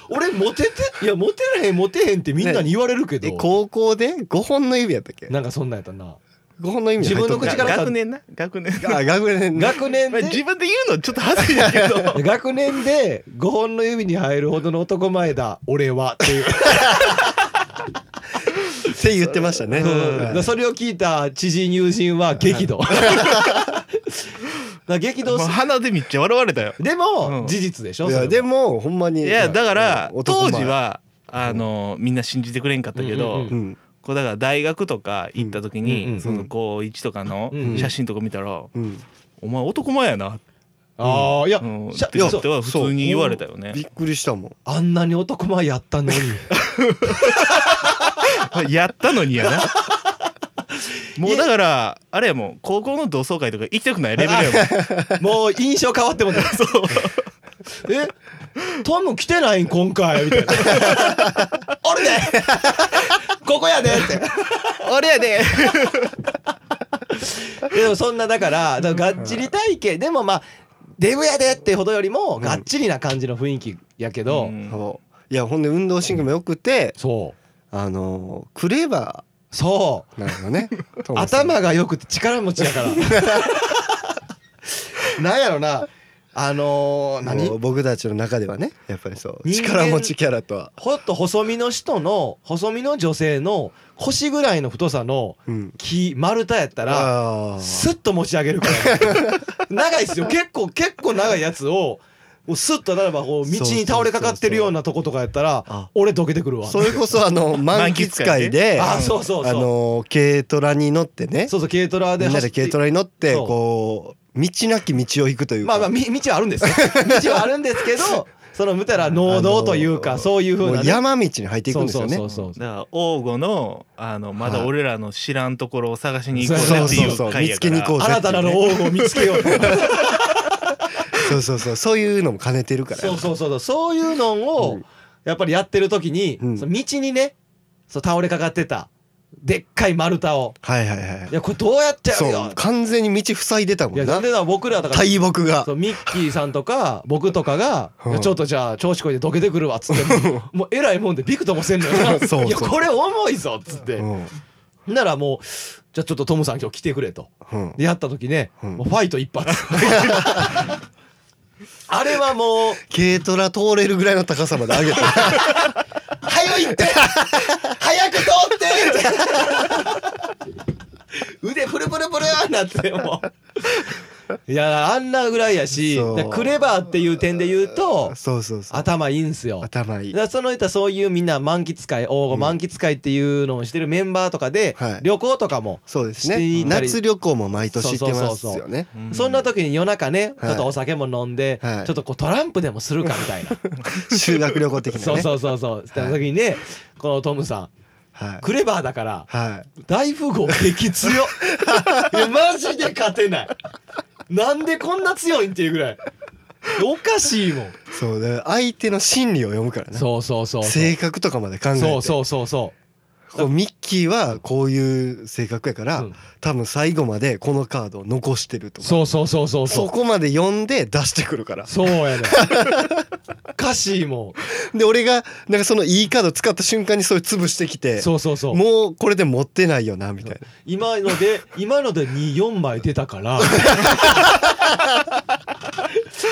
Speaker 2: 俺モテていやモテらへんモテへんってみんなに言われるけど、
Speaker 1: え高校で5本の指やったっけ
Speaker 2: なんかそんなんやったな
Speaker 1: 5本の指入っとった
Speaker 2: 自分の口から
Speaker 3: 学年な学年
Speaker 1: あ学年
Speaker 2: 学年
Speaker 3: まあ自
Speaker 2: で
Speaker 3: 分で言うのちょっと恥ずいんだけど
Speaker 2: 学年で5本の指に入るほどの男前だ俺はっていう
Speaker 1: って言ってましたね
Speaker 2: うんだか
Speaker 1: は
Speaker 2: ら
Speaker 1: い
Speaker 2: それを聞いた知人友人は激 怒だから激怒
Speaker 3: もう
Speaker 2: す
Speaker 3: 鼻でめっちゃ笑われたよ
Speaker 2: でも、
Speaker 3: うん
Speaker 2: 事実でしょ
Speaker 1: い
Speaker 2: そ
Speaker 1: や
Speaker 2: れ
Speaker 1: でもほんまに
Speaker 3: いやだから
Speaker 1: うん男
Speaker 3: 当
Speaker 1: 前
Speaker 3: 時はあのみんな信じてくれんかったけ
Speaker 2: うん
Speaker 3: ど
Speaker 2: う
Speaker 1: う
Speaker 2: ん
Speaker 1: ん
Speaker 3: こうだから大学とか行った時
Speaker 2: うんうんう
Speaker 3: に
Speaker 2: ん
Speaker 3: その高1とかの
Speaker 2: うん
Speaker 3: 写真とか見たら
Speaker 1: うん
Speaker 3: 「お前男前やな」
Speaker 2: ああいや、
Speaker 3: うんっ
Speaker 2: しゃ
Speaker 3: て言って
Speaker 2: そう
Speaker 3: は普通に言われたよね
Speaker 1: びっくりしたもん
Speaker 2: あんなに男前やったのに
Speaker 3: やったのにやなもうだからあれやもん高校の同窓会とか行きたくないレベルやもん
Speaker 2: もう印象変わってもうた
Speaker 3: そう
Speaker 2: えトム来てないん今回みたいな。俺でここやでって。
Speaker 3: 俺やで
Speaker 2: でもそんなだから、だからがっちり体型、でもまあ、デブやでってほどよりも、がっちりな感じの雰囲気やけど、
Speaker 1: そういやほんで運動神経も良くて
Speaker 2: そう、
Speaker 1: あのークレバ
Speaker 2: そ
Speaker 1: ーなの ねト
Speaker 2: う、
Speaker 1: ムさん
Speaker 2: 頭が良くて力持ちやから。なんやろな、あのー、何
Speaker 1: もう僕たちの中ではねやっぱりそう
Speaker 2: 人間
Speaker 1: 力持ちキャラとは
Speaker 2: ほっと細身の人の、細身の女性の腰ぐらいの太さの
Speaker 1: うん
Speaker 2: 木、丸太やったら、
Speaker 1: あー
Speaker 2: スッと持ち上げるから 長いっすよ結構結構長いやつをもうスッと例えばこう道に倒れかかってるようなとことかやったら
Speaker 1: あ
Speaker 2: 俺どけてくるわ
Speaker 1: それこそあの満喫会で
Speaker 2: あ
Speaker 1: あ
Speaker 2: そうそうそう
Speaker 1: の軽トラに乗ってね
Speaker 2: そうそう軽トラで
Speaker 1: みんなで
Speaker 2: 走って
Speaker 1: 軽トラに乗って
Speaker 2: そう
Speaker 1: こう道なき道を行くという
Speaker 2: まあ
Speaker 1: か
Speaker 2: まあみ道はあるんですよ 道はあるんですけどその見たら農道という
Speaker 1: あ
Speaker 2: か
Speaker 1: のー
Speaker 2: そういうふう
Speaker 1: も
Speaker 2: な
Speaker 1: う
Speaker 2: ね
Speaker 1: 山道に入っていくんですよね
Speaker 2: そうそうそうそう
Speaker 3: だから王吾のあのまだ俺らの知らんところを探しに行こう
Speaker 2: そ
Speaker 3: ね
Speaker 2: う
Speaker 3: って
Speaker 2: そう
Speaker 3: い
Speaker 1: そう
Speaker 3: う回やから
Speaker 1: 見つけに行こう
Speaker 2: 新たなる王を見つけようと
Speaker 1: そうそうそうそういうのも兼ねてるから
Speaker 2: そうそうそうそうそういうの
Speaker 1: う
Speaker 2: を
Speaker 1: ん
Speaker 2: やっぱりやってる時に
Speaker 1: うん
Speaker 2: その道にねそう倒れかかってたでっかい丸太を
Speaker 1: はいはいはい
Speaker 2: いやこれどうやってやる
Speaker 1: そ
Speaker 2: よ
Speaker 1: う完全に道塞いでたも
Speaker 2: いや
Speaker 1: んな
Speaker 2: で僕らだから
Speaker 1: 大木が
Speaker 2: そうミッキーさんとか僕とかが「
Speaker 1: うん
Speaker 2: いやちょっとじゃあ調子こいてどけてくるわ」っつ ってもうもうえらいもんでビクともせんのよ
Speaker 1: そうそう
Speaker 2: いやこれ重いぞ」っつって、
Speaker 1: うん
Speaker 2: ならもう「じゃあちょっとトムさん今日来てくれ」と
Speaker 1: うん
Speaker 2: でやった時ね、
Speaker 1: うん
Speaker 2: もうファイト一 発 あれはもう
Speaker 1: 軽トラ通れるぐらいの高さまで上げて
Speaker 2: 「早いって 早く通って!」腕プルプルプルーなってもういやあんなぐらいやし
Speaker 1: そう
Speaker 2: だからクレバーっていう点で言うと
Speaker 1: そうそうそう
Speaker 2: 頭いいんすよ。
Speaker 1: 頭いい
Speaker 2: だからその人はそういうみんな満喫会応募満喫会っていうのをしてるメンバーとかで
Speaker 1: はい
Speaker 2: 旅行とかも、
Speaker 1: そうです
Speaker 2: して
Speaker 1: ね
Speaker 2: いたり
Speaker 1: 夏旅行も毎年行ってますよね
Speaker 3: うん
Speaker 2: そんな時に夜中ね、
Speaker 1: はい
Speaker 2: ちょっとお酒も飲んで、
Speaker 1: はい
Speaker 2: ちょっとこうトランプでもするか みたいな、
Speaker 1: 修学旅行的な
Speaker 2: そう
Speaker 1: ね
Speaker 2: そうそうそうした時にね、このトムさん
Speaker 1: はい
Speaker 2: クレバーだから
Speaker 1: はい
Speaker 2: 大富豪激強 いやマジで勝てないなんでこんな強いんっていうぐらいおかしいもん
Speaker 1: そうで相手の心理を読むからね
Speaker 2: そうそうそうそう
Speaker 1: 性格とかまで考えて
Speaker 2: そうそうそうそ
Speaker 1: こうミッキーはこういう性格やから、
Speaker 2: うん
Speaker 1: 多分最後までこのカードを残してると
Speaker 2: う
Speaker 1: か
Speaker 2: そうそうそうそうそう
Speaker 1: そこまで読んで出してくるから
Speaker 2: そうやねおかしいもん
Speaker 1: で俺がなんかそのいいカード使った瞬間にそれ潰してきて
Speaker 2: そうそうそう。
Speaker 1: もうこれで持ってないよなみたい
Speaker 2: 今ので、今ので2、4枚出た から。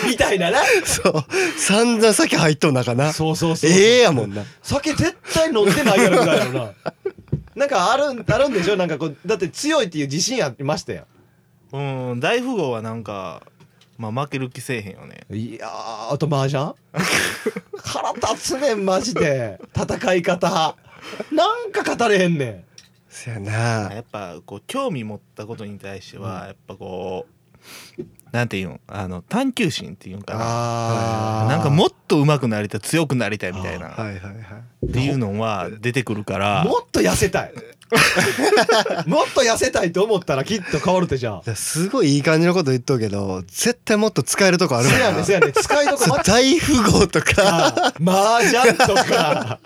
Speaker 2: みたいなな。
Speaker 1: なそう散々酒入っとんなかな
Speaker 2: そうそうそう。
Speaker 1: ええやもんな
Speaker 2: 酒絶対飲んでないやろみたいなな。 なんかあるん、あるんでしょなんかこう、だって強いっていう自信ありましたよ。
Speaker 3: うん大富豪はなんかまあ負ける気せえへんよね
Speaker 2: いやー、あと麻雀 腹立つねん、マジで。戦い方。なんか語れへんねん。
Speaker 1: そやな
Speaker 3: やっぱこう興味持ったことに対しては
Speaker 2: うん
Speaker 3: やっぱこうなんていうんあの探求心っていうんかな
Speaker 2: あ
Speaker 3: なんかもっと上手くなりたい強くなりたいみたいなっ
Speaker 1: はいはいはい
Speaker 3: ていうのは出てくるから
Speaker 2: もっと痩せたいもっと痩せたいと思ったらきっと変わるってじゃん
Speaker 1: いやすごいいい感じのこと言っとうけど絶対もっと使えると こあるも
Speaker 2: せ
Speaker 1: ん
Speaker 2: や
Speaker 1: な
Speaker 2: ねせやね使いどこ
Speaker 1: そ
Speaker 2: 間
Speaker 1: う
Speaker 2: 違
Speaker 1: 大富豪とか
Speaker 2: ったマージャンとか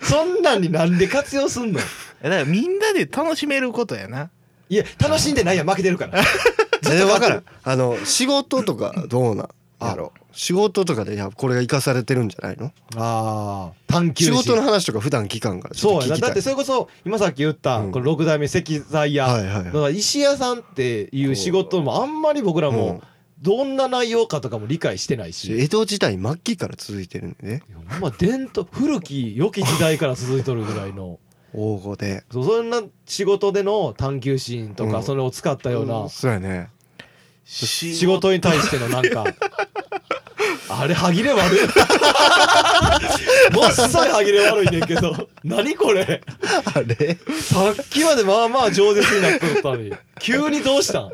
Speaker 2: そんなんになんで活用すんの
Speaker 3: だからみんなで楽しめることやない
Speaker 2: や楽しんでないやん負けてるから
Speaker 1: 全然分からんあの仕事とかどうなんやろ仕事とかでいやこれが生かされてるんじゃないの
Speaker 2: あー探求
Speaker 1: 仕
Speaker 2: 心
Speaker 1: 事の話とか普段聞かんからちょ
Speaker 2: そ
Speaker 1: っ
Speaker 2: う
Speaker 1: と
Speaker 2: や
Speaker 1: 聞
Speaker 2: な
Speaker 1: きた
Speaker 2: だ
Speaker 1: い
Speaker 2: ってそれこそ今さっき言った、
Speaker 1: うん
Speaker 2: この六代目石材屋、
Speaker 1: はいはい
Speaker 2: だ
Speaker 1: は
Speaker 2: から石屋さんっていう仕事もあんまり僕ら
Speaker 1: う
Speaker 2: も
Speaker 1: ん
Speaker 2: どんな内容かとかも理解してないし、
Speaker 1: い江戸時代末期から続いてるんでね
Speaker 2: いやほんま伝統古き良き時代から続いとるぐらいの
Speaker 1: 王語で
Speaker 2: そうそんな仕事での探求心とか、
Speaker 1: うん
Speaker 2: それを使ったような
Speaker 1: そうやね
Speaker 2: 仕
Speaker 3: 仕
Speaker 2: 事に対してのなんか あれ歯切れ悪いもっさり歯切れ悪いねんけど何これ
Speaker 1: あれ
Speaker 2: さっきまでまあまあ饒舌になっとったのに急にどうしたんい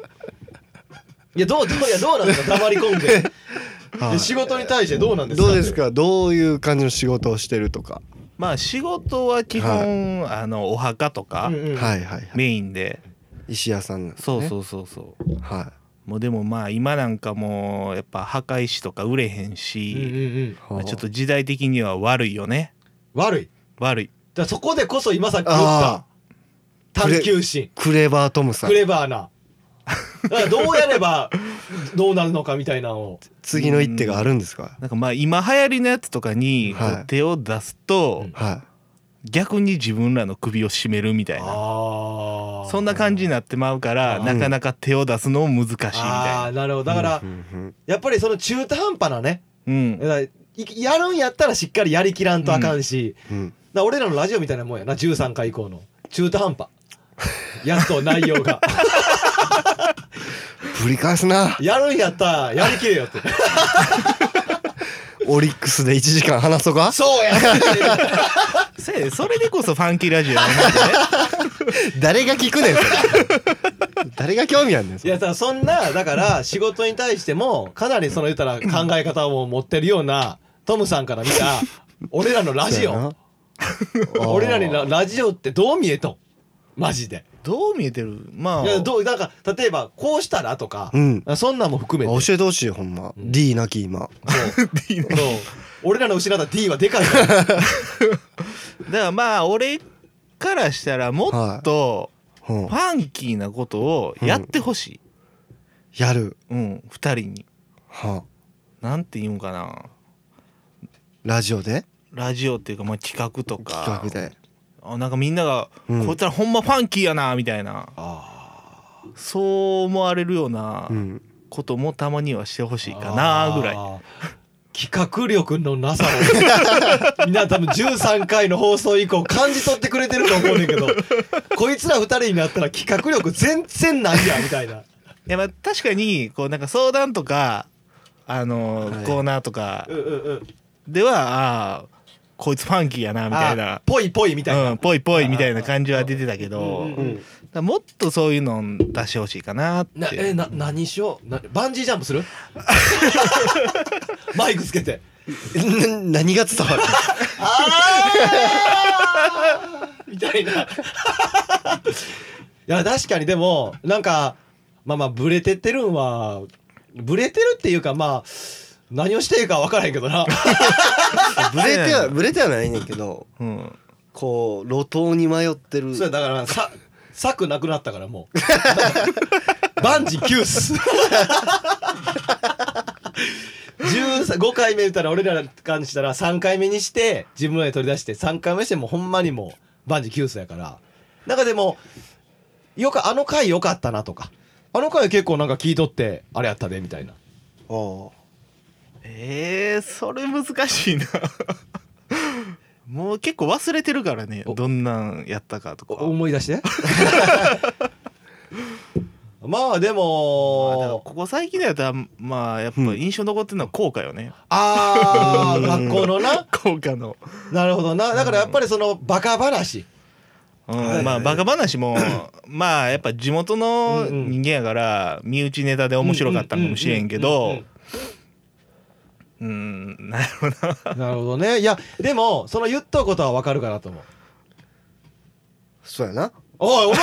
Speaker 2: やどうどういやどうなんですか黙り込んで
Speaker 1: はい
Speaker 2: で仕事に対してどうなんですか
Speaker 1: どうですかどういう感じの仕事をしてるとか
Speaker 3: まあ仕事は基本、あのお墓とか
Speaker 2: うんうん
Speaker 1: はいはいはい
Speaker 3: メインで、
Speaker 1: 石屋さんなんですね
Speaker 3: そうそうそうそう
Speaker 1: は
Speaker 3: うもうでもまあ今なんかもうやっぱ墓石とか売れへん
Speaker 2: うんうんう
Speaker 3: し、
Speaker 2: ん
Speaker 1: い
Speaker 3: まあちょっと時代的には悪いよね
Speaker 2: 悪い
Speaker 3: 悪い
Speaker 2: だからそこでこそ今さっき言った
Speaker 1: あ
Speaker 2: 探求心
Speaker 1: クレバートムさん
Speaker 2: クレバーなだからどうやればどうなるのかみたいなのを
Speaker 1: 次の一手があるんですか
Speaker 3: なんかまあ今流行りのやつとかにこ
Speaker 1: はいう
Speaker 3: 手を出すと、
Speaker 2: うん
Speaker 1: は
Speaker 3: 逆に自分らの首を絞めるみたいな
Speaker 2: あー
Speaker 3: そんな感じになってまうから
Speaker 2: うん
Speaker 3: なかなか手を出すのも難しいみたい
Speaker 2: あ
Speaker 3: な
Speaker 2: ーなるほど
Speaker 1: い
Speaker 2: だから
Speaker 1: うんうん
Speaker 2: やっぱりその中途半端なね
Speaker 3: うん
Speaker 2: だからいやるんやったらしっかりやりきらんとあかんし、だか
Speaker 1: うん
Speaker 2: ら俺らのラジオみたいなもんやな13回以降の中途半端やっと内容 が
Speaker 1: ぶり返すな
Speaker 2: やるんやったらやりきれよって
Speaker 1: オリックスで1時間話そうか
Speaker 2: そうや
Speaker 3: せやでそれでこそファンキーラジ オやね
Speaker 1: 誰が聞くねんそ れ誰が興味あんねんそ
Speaker 2: い
Speaker 1: れ
Speaker 2: やだからそんなだから仕事に対してもかなりその言ったら考え方を持ってるようなトムさんから見 た俺らのラジオ俺らにララジオってどう見えとんマジで
Speaker 3: どう見えてるまあ
Speaker 2: いやどうなんか例えばこうしたらとか、
Speaker 1: うん
Speaker 2: そんなんも含めて
Speaker 1: 教えてほしいほんま D なき今
Speaker 2: そうそう 俺らの失った D はでかいから
Speaker 3: だからまあ俺からしたらもっと
Speaker 1: うん
Speaker 3: フ、ァンキーなことをやってほしい、
Speaker 1: やる、
Speaker 3: うん、二人に。
Speaker 1: はあ、
Speaker 3: なんて言うんかな。
Speaker 1: ラジオで
Speaker 3: ラジオっていうか、まあ、企画とか。
Speaker 1: 企画で
Speaker 3: あなんかみんなが、
Speaker 1: うん
Speaker 3: こいつらほんまファンキーやなみたいなそう思われるような
Speaker 1: うん
Speaker 3: こともたまにはしてほしいかなぐらい
Speaker 2: あー企画力のなさを みんな多分13回の放送以降感じ取ってくれてると思うねんけどこいつら2人になったら企画力全然ないやみたいな。
Speaker 3: いやまあ確かにこうなんか相談とかあのー
Speaker 1: はい
Speaker 3: コーナーとか
Speaker 2: うんうんうん
Speaker 3: ではあーこいつファンキーやなみたい
Speaker 2: あ
Speaker 3: な。
Speaker 2: ぽいぽいみたいな。
Speaker 3: うん、ぽいぽいみたいな感じは出てたけど、
Speaker 2: うんうんう
Speaker 3: だか
Speaker 2: ん
Speaker 3: らもっとそういうの出してほしいかなって
Speaker 2: なえな何しようなバンジージャンプす るマイクつけて
Speaker 1: な何が伝わる
Speaker 2: みたいないや確かにでもなんかまあまあブレてってるんはブレてるっていうかまあ何をしていいか分からへんけどな
Speaker 1: ブレてはブレてはないねんけど
Speaker 3: うん、
Speaker 1: こう路頭に迷ってる
Speaker 2: そうやだ からさ策なくなったからもう バンジーキュース13 5回目言ったら俺らからしたら3回目にして自分らで取り出して3回目してもうほんまにもうバンジーキュースやからなんかでもよかあの回良かったなとかあの回結構なんか聞いとってあれやったでみたいな
Speaker 1: おう
Speaker 3: えー、それ難しいなもう結構忘れてるからね
Speaker 2: お
Speaker 3: どんなんやったかとか
Speaker 2: お思い出して まあで
Speaker 3: まあだから
Speaker 2: も
Speaker 3: ここ最近だったらまあやっぱ印象残ってるのは効果よね、
Speaker 2: あ あ学校のな
Speaker 3: 効果の、
Speaker 2: なるほどな。だからやっぱりそのバカ話。
Speaker 3: うん
Speaker 1: はいはい
Speaker 3: まあバカ話もまあやっぱ地元の
Speaker 2: うんうん
Speaker 3: 人間やから身内ネタで面白かったのかもしれんけどうんなるほど
Speaker 2: うんうんうんうん。なるほどね。いや、でも、その言っとうことはわかるかなと思う。
Speaker 1: そうやな
Speaker 2: おい、思って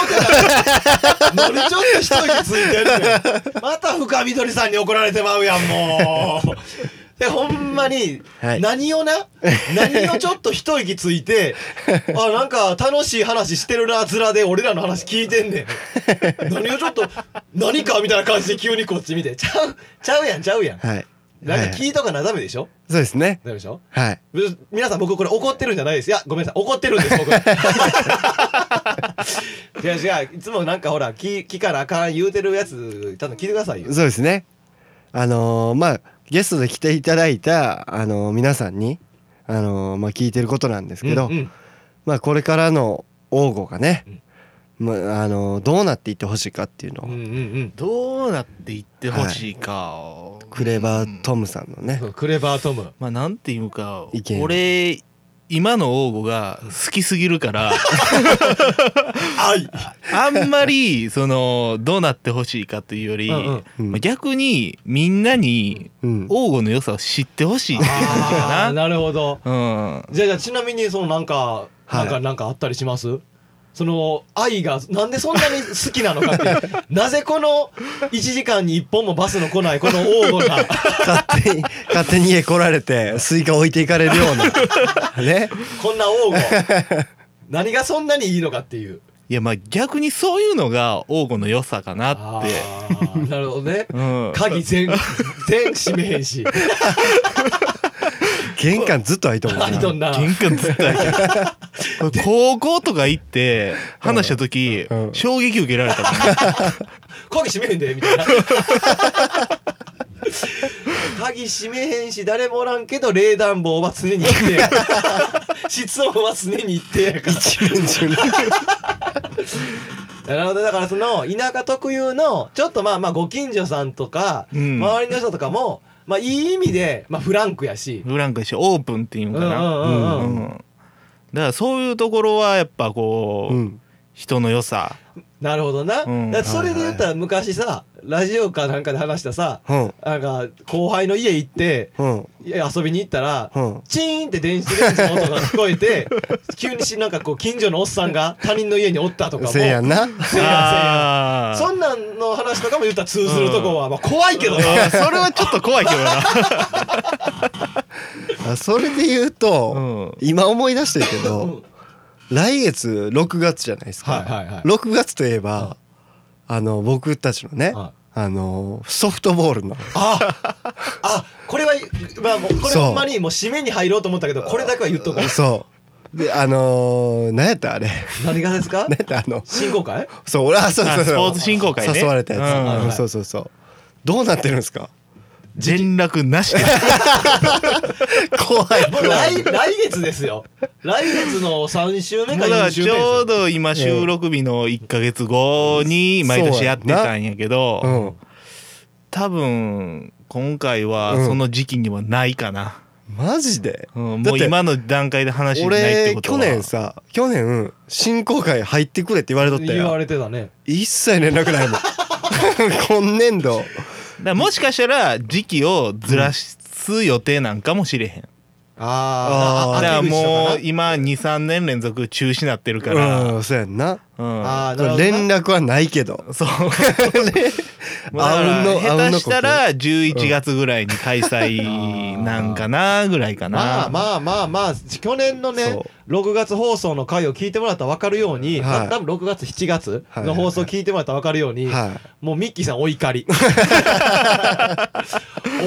Speaker 2: たノリちょっと一息ついてるねまた深緑さんに怒られてまうやん、も う。で、ほんまに、
Speaker 1: はい
Speaker 2: 何 をな、何をちょっと一息つい て、あ、なんか楽しい話してるな、面で俺らの話聞いてんねん。 何をちょっと、何かみたいな感じで急にこっち見て、ちゃう、ちゃうやん、ちゃうやん。
Speaker 1: はい
Speaker 2: なんか聞いとかなダメでしょ
Speaker 1: そうですね
Speaker 2: ダメでしょ
Speaker 1: はい
Speaker 2: ぶ皆さん僕これ怒ってるんじゃないですいやごめんなさい怒ってる んです僕違う違ういつもなんかほら聞聞かなあかん言うてるやつちゃんと聞いてくださいよ
Speaker 1: そうですねあのーまあゲストで来ていただいた、あのー皆さんに、あのーまあ、聞いてることなんですけど、
Speaker 2: うんうん
Speaker 1: まあ、これからの王吾がね
Speaker 2: うん、
Speaker 1: まああのーどうなっていってほしいかっていうのを、
Speaker 2: うんうん
Speaker 3: どうなっていってほしいか、
Speaker 1: クレバ
Speaker 3: うん
Speaker 1: ートムさんのね、
Speaker 2: うんクレバートム
Speaker 3: まあなんていうか
Speaker 1: 意見
Speaker 3: 俺今の王吾が好きすぎるから
Speaker 2: はい
Speaker 3: あんまりそのどうなってほしいかというより、
Speaker 2: うんうん
Speaker 1: うん
Speaker 3: まあ逆にみんなに
Speaker 1: うん
Speaker 3: 王吾の良さを知ってほしいっていう感じ
Speaker 2: あ ー
Speaker 3: か
Speaker 2: なるほど
Speaker 3: な。うん、
Speaker 2: じゃあじゃあちなみにそのなんかなん
Speaker 1: は
Speaker 2: か
Speaker 1: い
Speaker 2: なんかあったりしますその愛がなんでそんなに好きなのかって いうなぜこの1時間に1本もバスの来ないこの王吾な
Speaker 1: 勝手に 勝手に家来られてスイカ置いていかれるような ね
Speaker 2: こんな王吾 何がそんなにいいのかっていう
Speaker 3: いやまあ逆にそういうのが王吾の良さかなって。
Speaker 2: あーなるほどね
Speaker 3: うん、
Speaker 2: 鍵 全全閉めへんし
Speaker 1: 玄関ずっと開いても
Speaker 2: 開いとんな
Speaker 3: 玄関ずっと開いてるこれ高校とか行って話した時、
Speaker 1: うん
Speaker 3: 衝撃受けられたもんね
Speaker 2: 鍵閉めへんでみたいな鍵閉めへんし誰もおらんけど冷暖房は常に一定 や室温は常に一定やから
Speaker 1: 一面中に
Speaker 2: なるほどだからその田舎特有のちょっとまあまあご近所さんとか、
Speaker 3: うん
Speaker 2: 周りの人とかもまあいい意味で、まあ、フランクやし
Speaker 3: ブランクやしオープンっていうんかな、
Speaker 2: うんうんうんうん
Speaker 3: だからそういうところはやっぱこう、
Speaker 1: うん
Speaker 3: 人の良さ
Speaker 2: なるほどな、
Speaker 3: うん
Speaker 2: だってそれで言ったら昔さラジオかなんかで話したさ
Speaker 1: うん
Speaker 2: なんか後輩の家行って
Speaker 1: うん
Speaker 2: いや遊びに行ったら、
Speaker 1: うん
Speaker 2: チーンって電子レンジの音が聞こえ て急にしなんかこう近所のおっさんが他人の家におったとかも
Speaker 1: せやんな
Speaker 2: せや
Speaker 3: あー
Speaker 2: そんなんの話とかも言ったら通ずるとこは、まあ、怖いけどな
Speaker 3: あそれはちょっと怖い けどな。
Speaker 1: あそれで言うと、
Speaker 3: うん
Speaker 1: 今思い出してるけど、来月6月じゃないですか、
Speaker 2: はいはいはい
Speaker 1: 6月といえば、あの僕たちのね、
Speaker 2: は
Speaker 1: あのソフトボールの
Speaker 2: ああこれは、まあ、もうこれ
Speaker 1: そう
Speaker 2: ほんまにもう締めに入ろうと思ったけどこれだけは言っとく
Speaker 1: そうであのー、何やったあれ
Speaker 2: 何がですか
Speaker 1: 何やったあの
Speaker 2: 振興会
Speaker 1: そう俺はそうそう
Speaker 3: あ
Speaker 1: そう
Speaker 3: スポーツ振興会ね
Speaker 1: 誘われたやつ、
Speaker 3: うん
Speaker 2: はいはい
Speaker 1: うんそうそうそうどうなってるんですか
Speaker 3: 連絡 なしです。
Speaker 1: 怖い
Speaker 2: もう
Speaker 1: 怖い
Speaker 2: 来来月ですよ来月の3週目
Speaker 3: だ
Speaker 2: か
Speaker 3: から
Speaker 2: 4週
Speaker 3: ち
Speaker 2: 目です
Speaker 3: ょ
Speaker 2: よ
Speaker 3: うど今収録日の1ヶ月後に毎年やってたんやけど、
Speaker 1: うん
Speaker 3: 多分今回は
Speaker 1: うん
Speaker 3: その時期にはないかな、
Speaker 1: マジで、
Speaker 3: うん
Speaker 1: だ
Speaker 3: も
Speaker 1: っ
Speaker 3: う
Speaker 1: て
Speaker 3: 今の段階で話しないって
Speaker 1: 俺
Speaker 3: こと
Speaker 1: 去
Speaker 3: は
Speaker 1: 年さ去年振興会入ってくれって言われとった
Speaker 2: 言わ
Speaker 1: よ
Speaker 2: れてたね
Speaker 1: 一切連絡ないもん 今年度
Speaker 3: だからもしかしたら時期をずらす予定なんかもしれへん、
Speaker 1: あー
Speaker 3: だから
Speaker 2: 秋口とかな
Speaker 3: もう今23年連続中止なってるから、うん
Speaker 1: うんそうやんな
Speaker 2: あーなるほどな
Speaker 1: 連絡はないけど
Speaker 3: そうもうだから
Speaker 1: あうんのあ
Speaker 3: 下
Speaker 1: うん
Speaker 3: 手
Speaker 1: の
Speaker 3: したら11月ぐらいに開催なんかなぐらいかな、
Speaker 2: まあまあまあまあ去年のね
Speaker 1: そ
Speaker 2: 6月放送の回を聞いてもらったら分かるように、
Speaker 1: はい
Speaker 2: 多分6月7月
Speaker 1: はいはいは
Speaker 2: の
Speaker 1: い
Speaker 2: 放送聞いてもらったら分かるように、
Speaker 1: は
Speaker 2: もうミッキーさんお怒り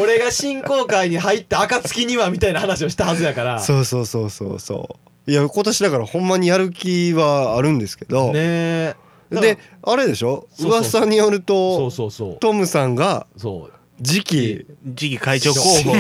Speaker 2: 俺が振興会に入った暁にはみたいな話をしたはずやから
Speaker 1: いそうそうそうそうそういや今年だからほんまにやる気はあるんですけど、
Speaker 2: ねえだから
Speaker 1: であれでしょ
Speaker 2: そうそう
Speaker 1: 噂によると
Speaker 2: そうそうそう
Speaker 1: トムさんが
Speaker 2: そう
Speaker 1: 次期
Speaker 3: 次期会長候補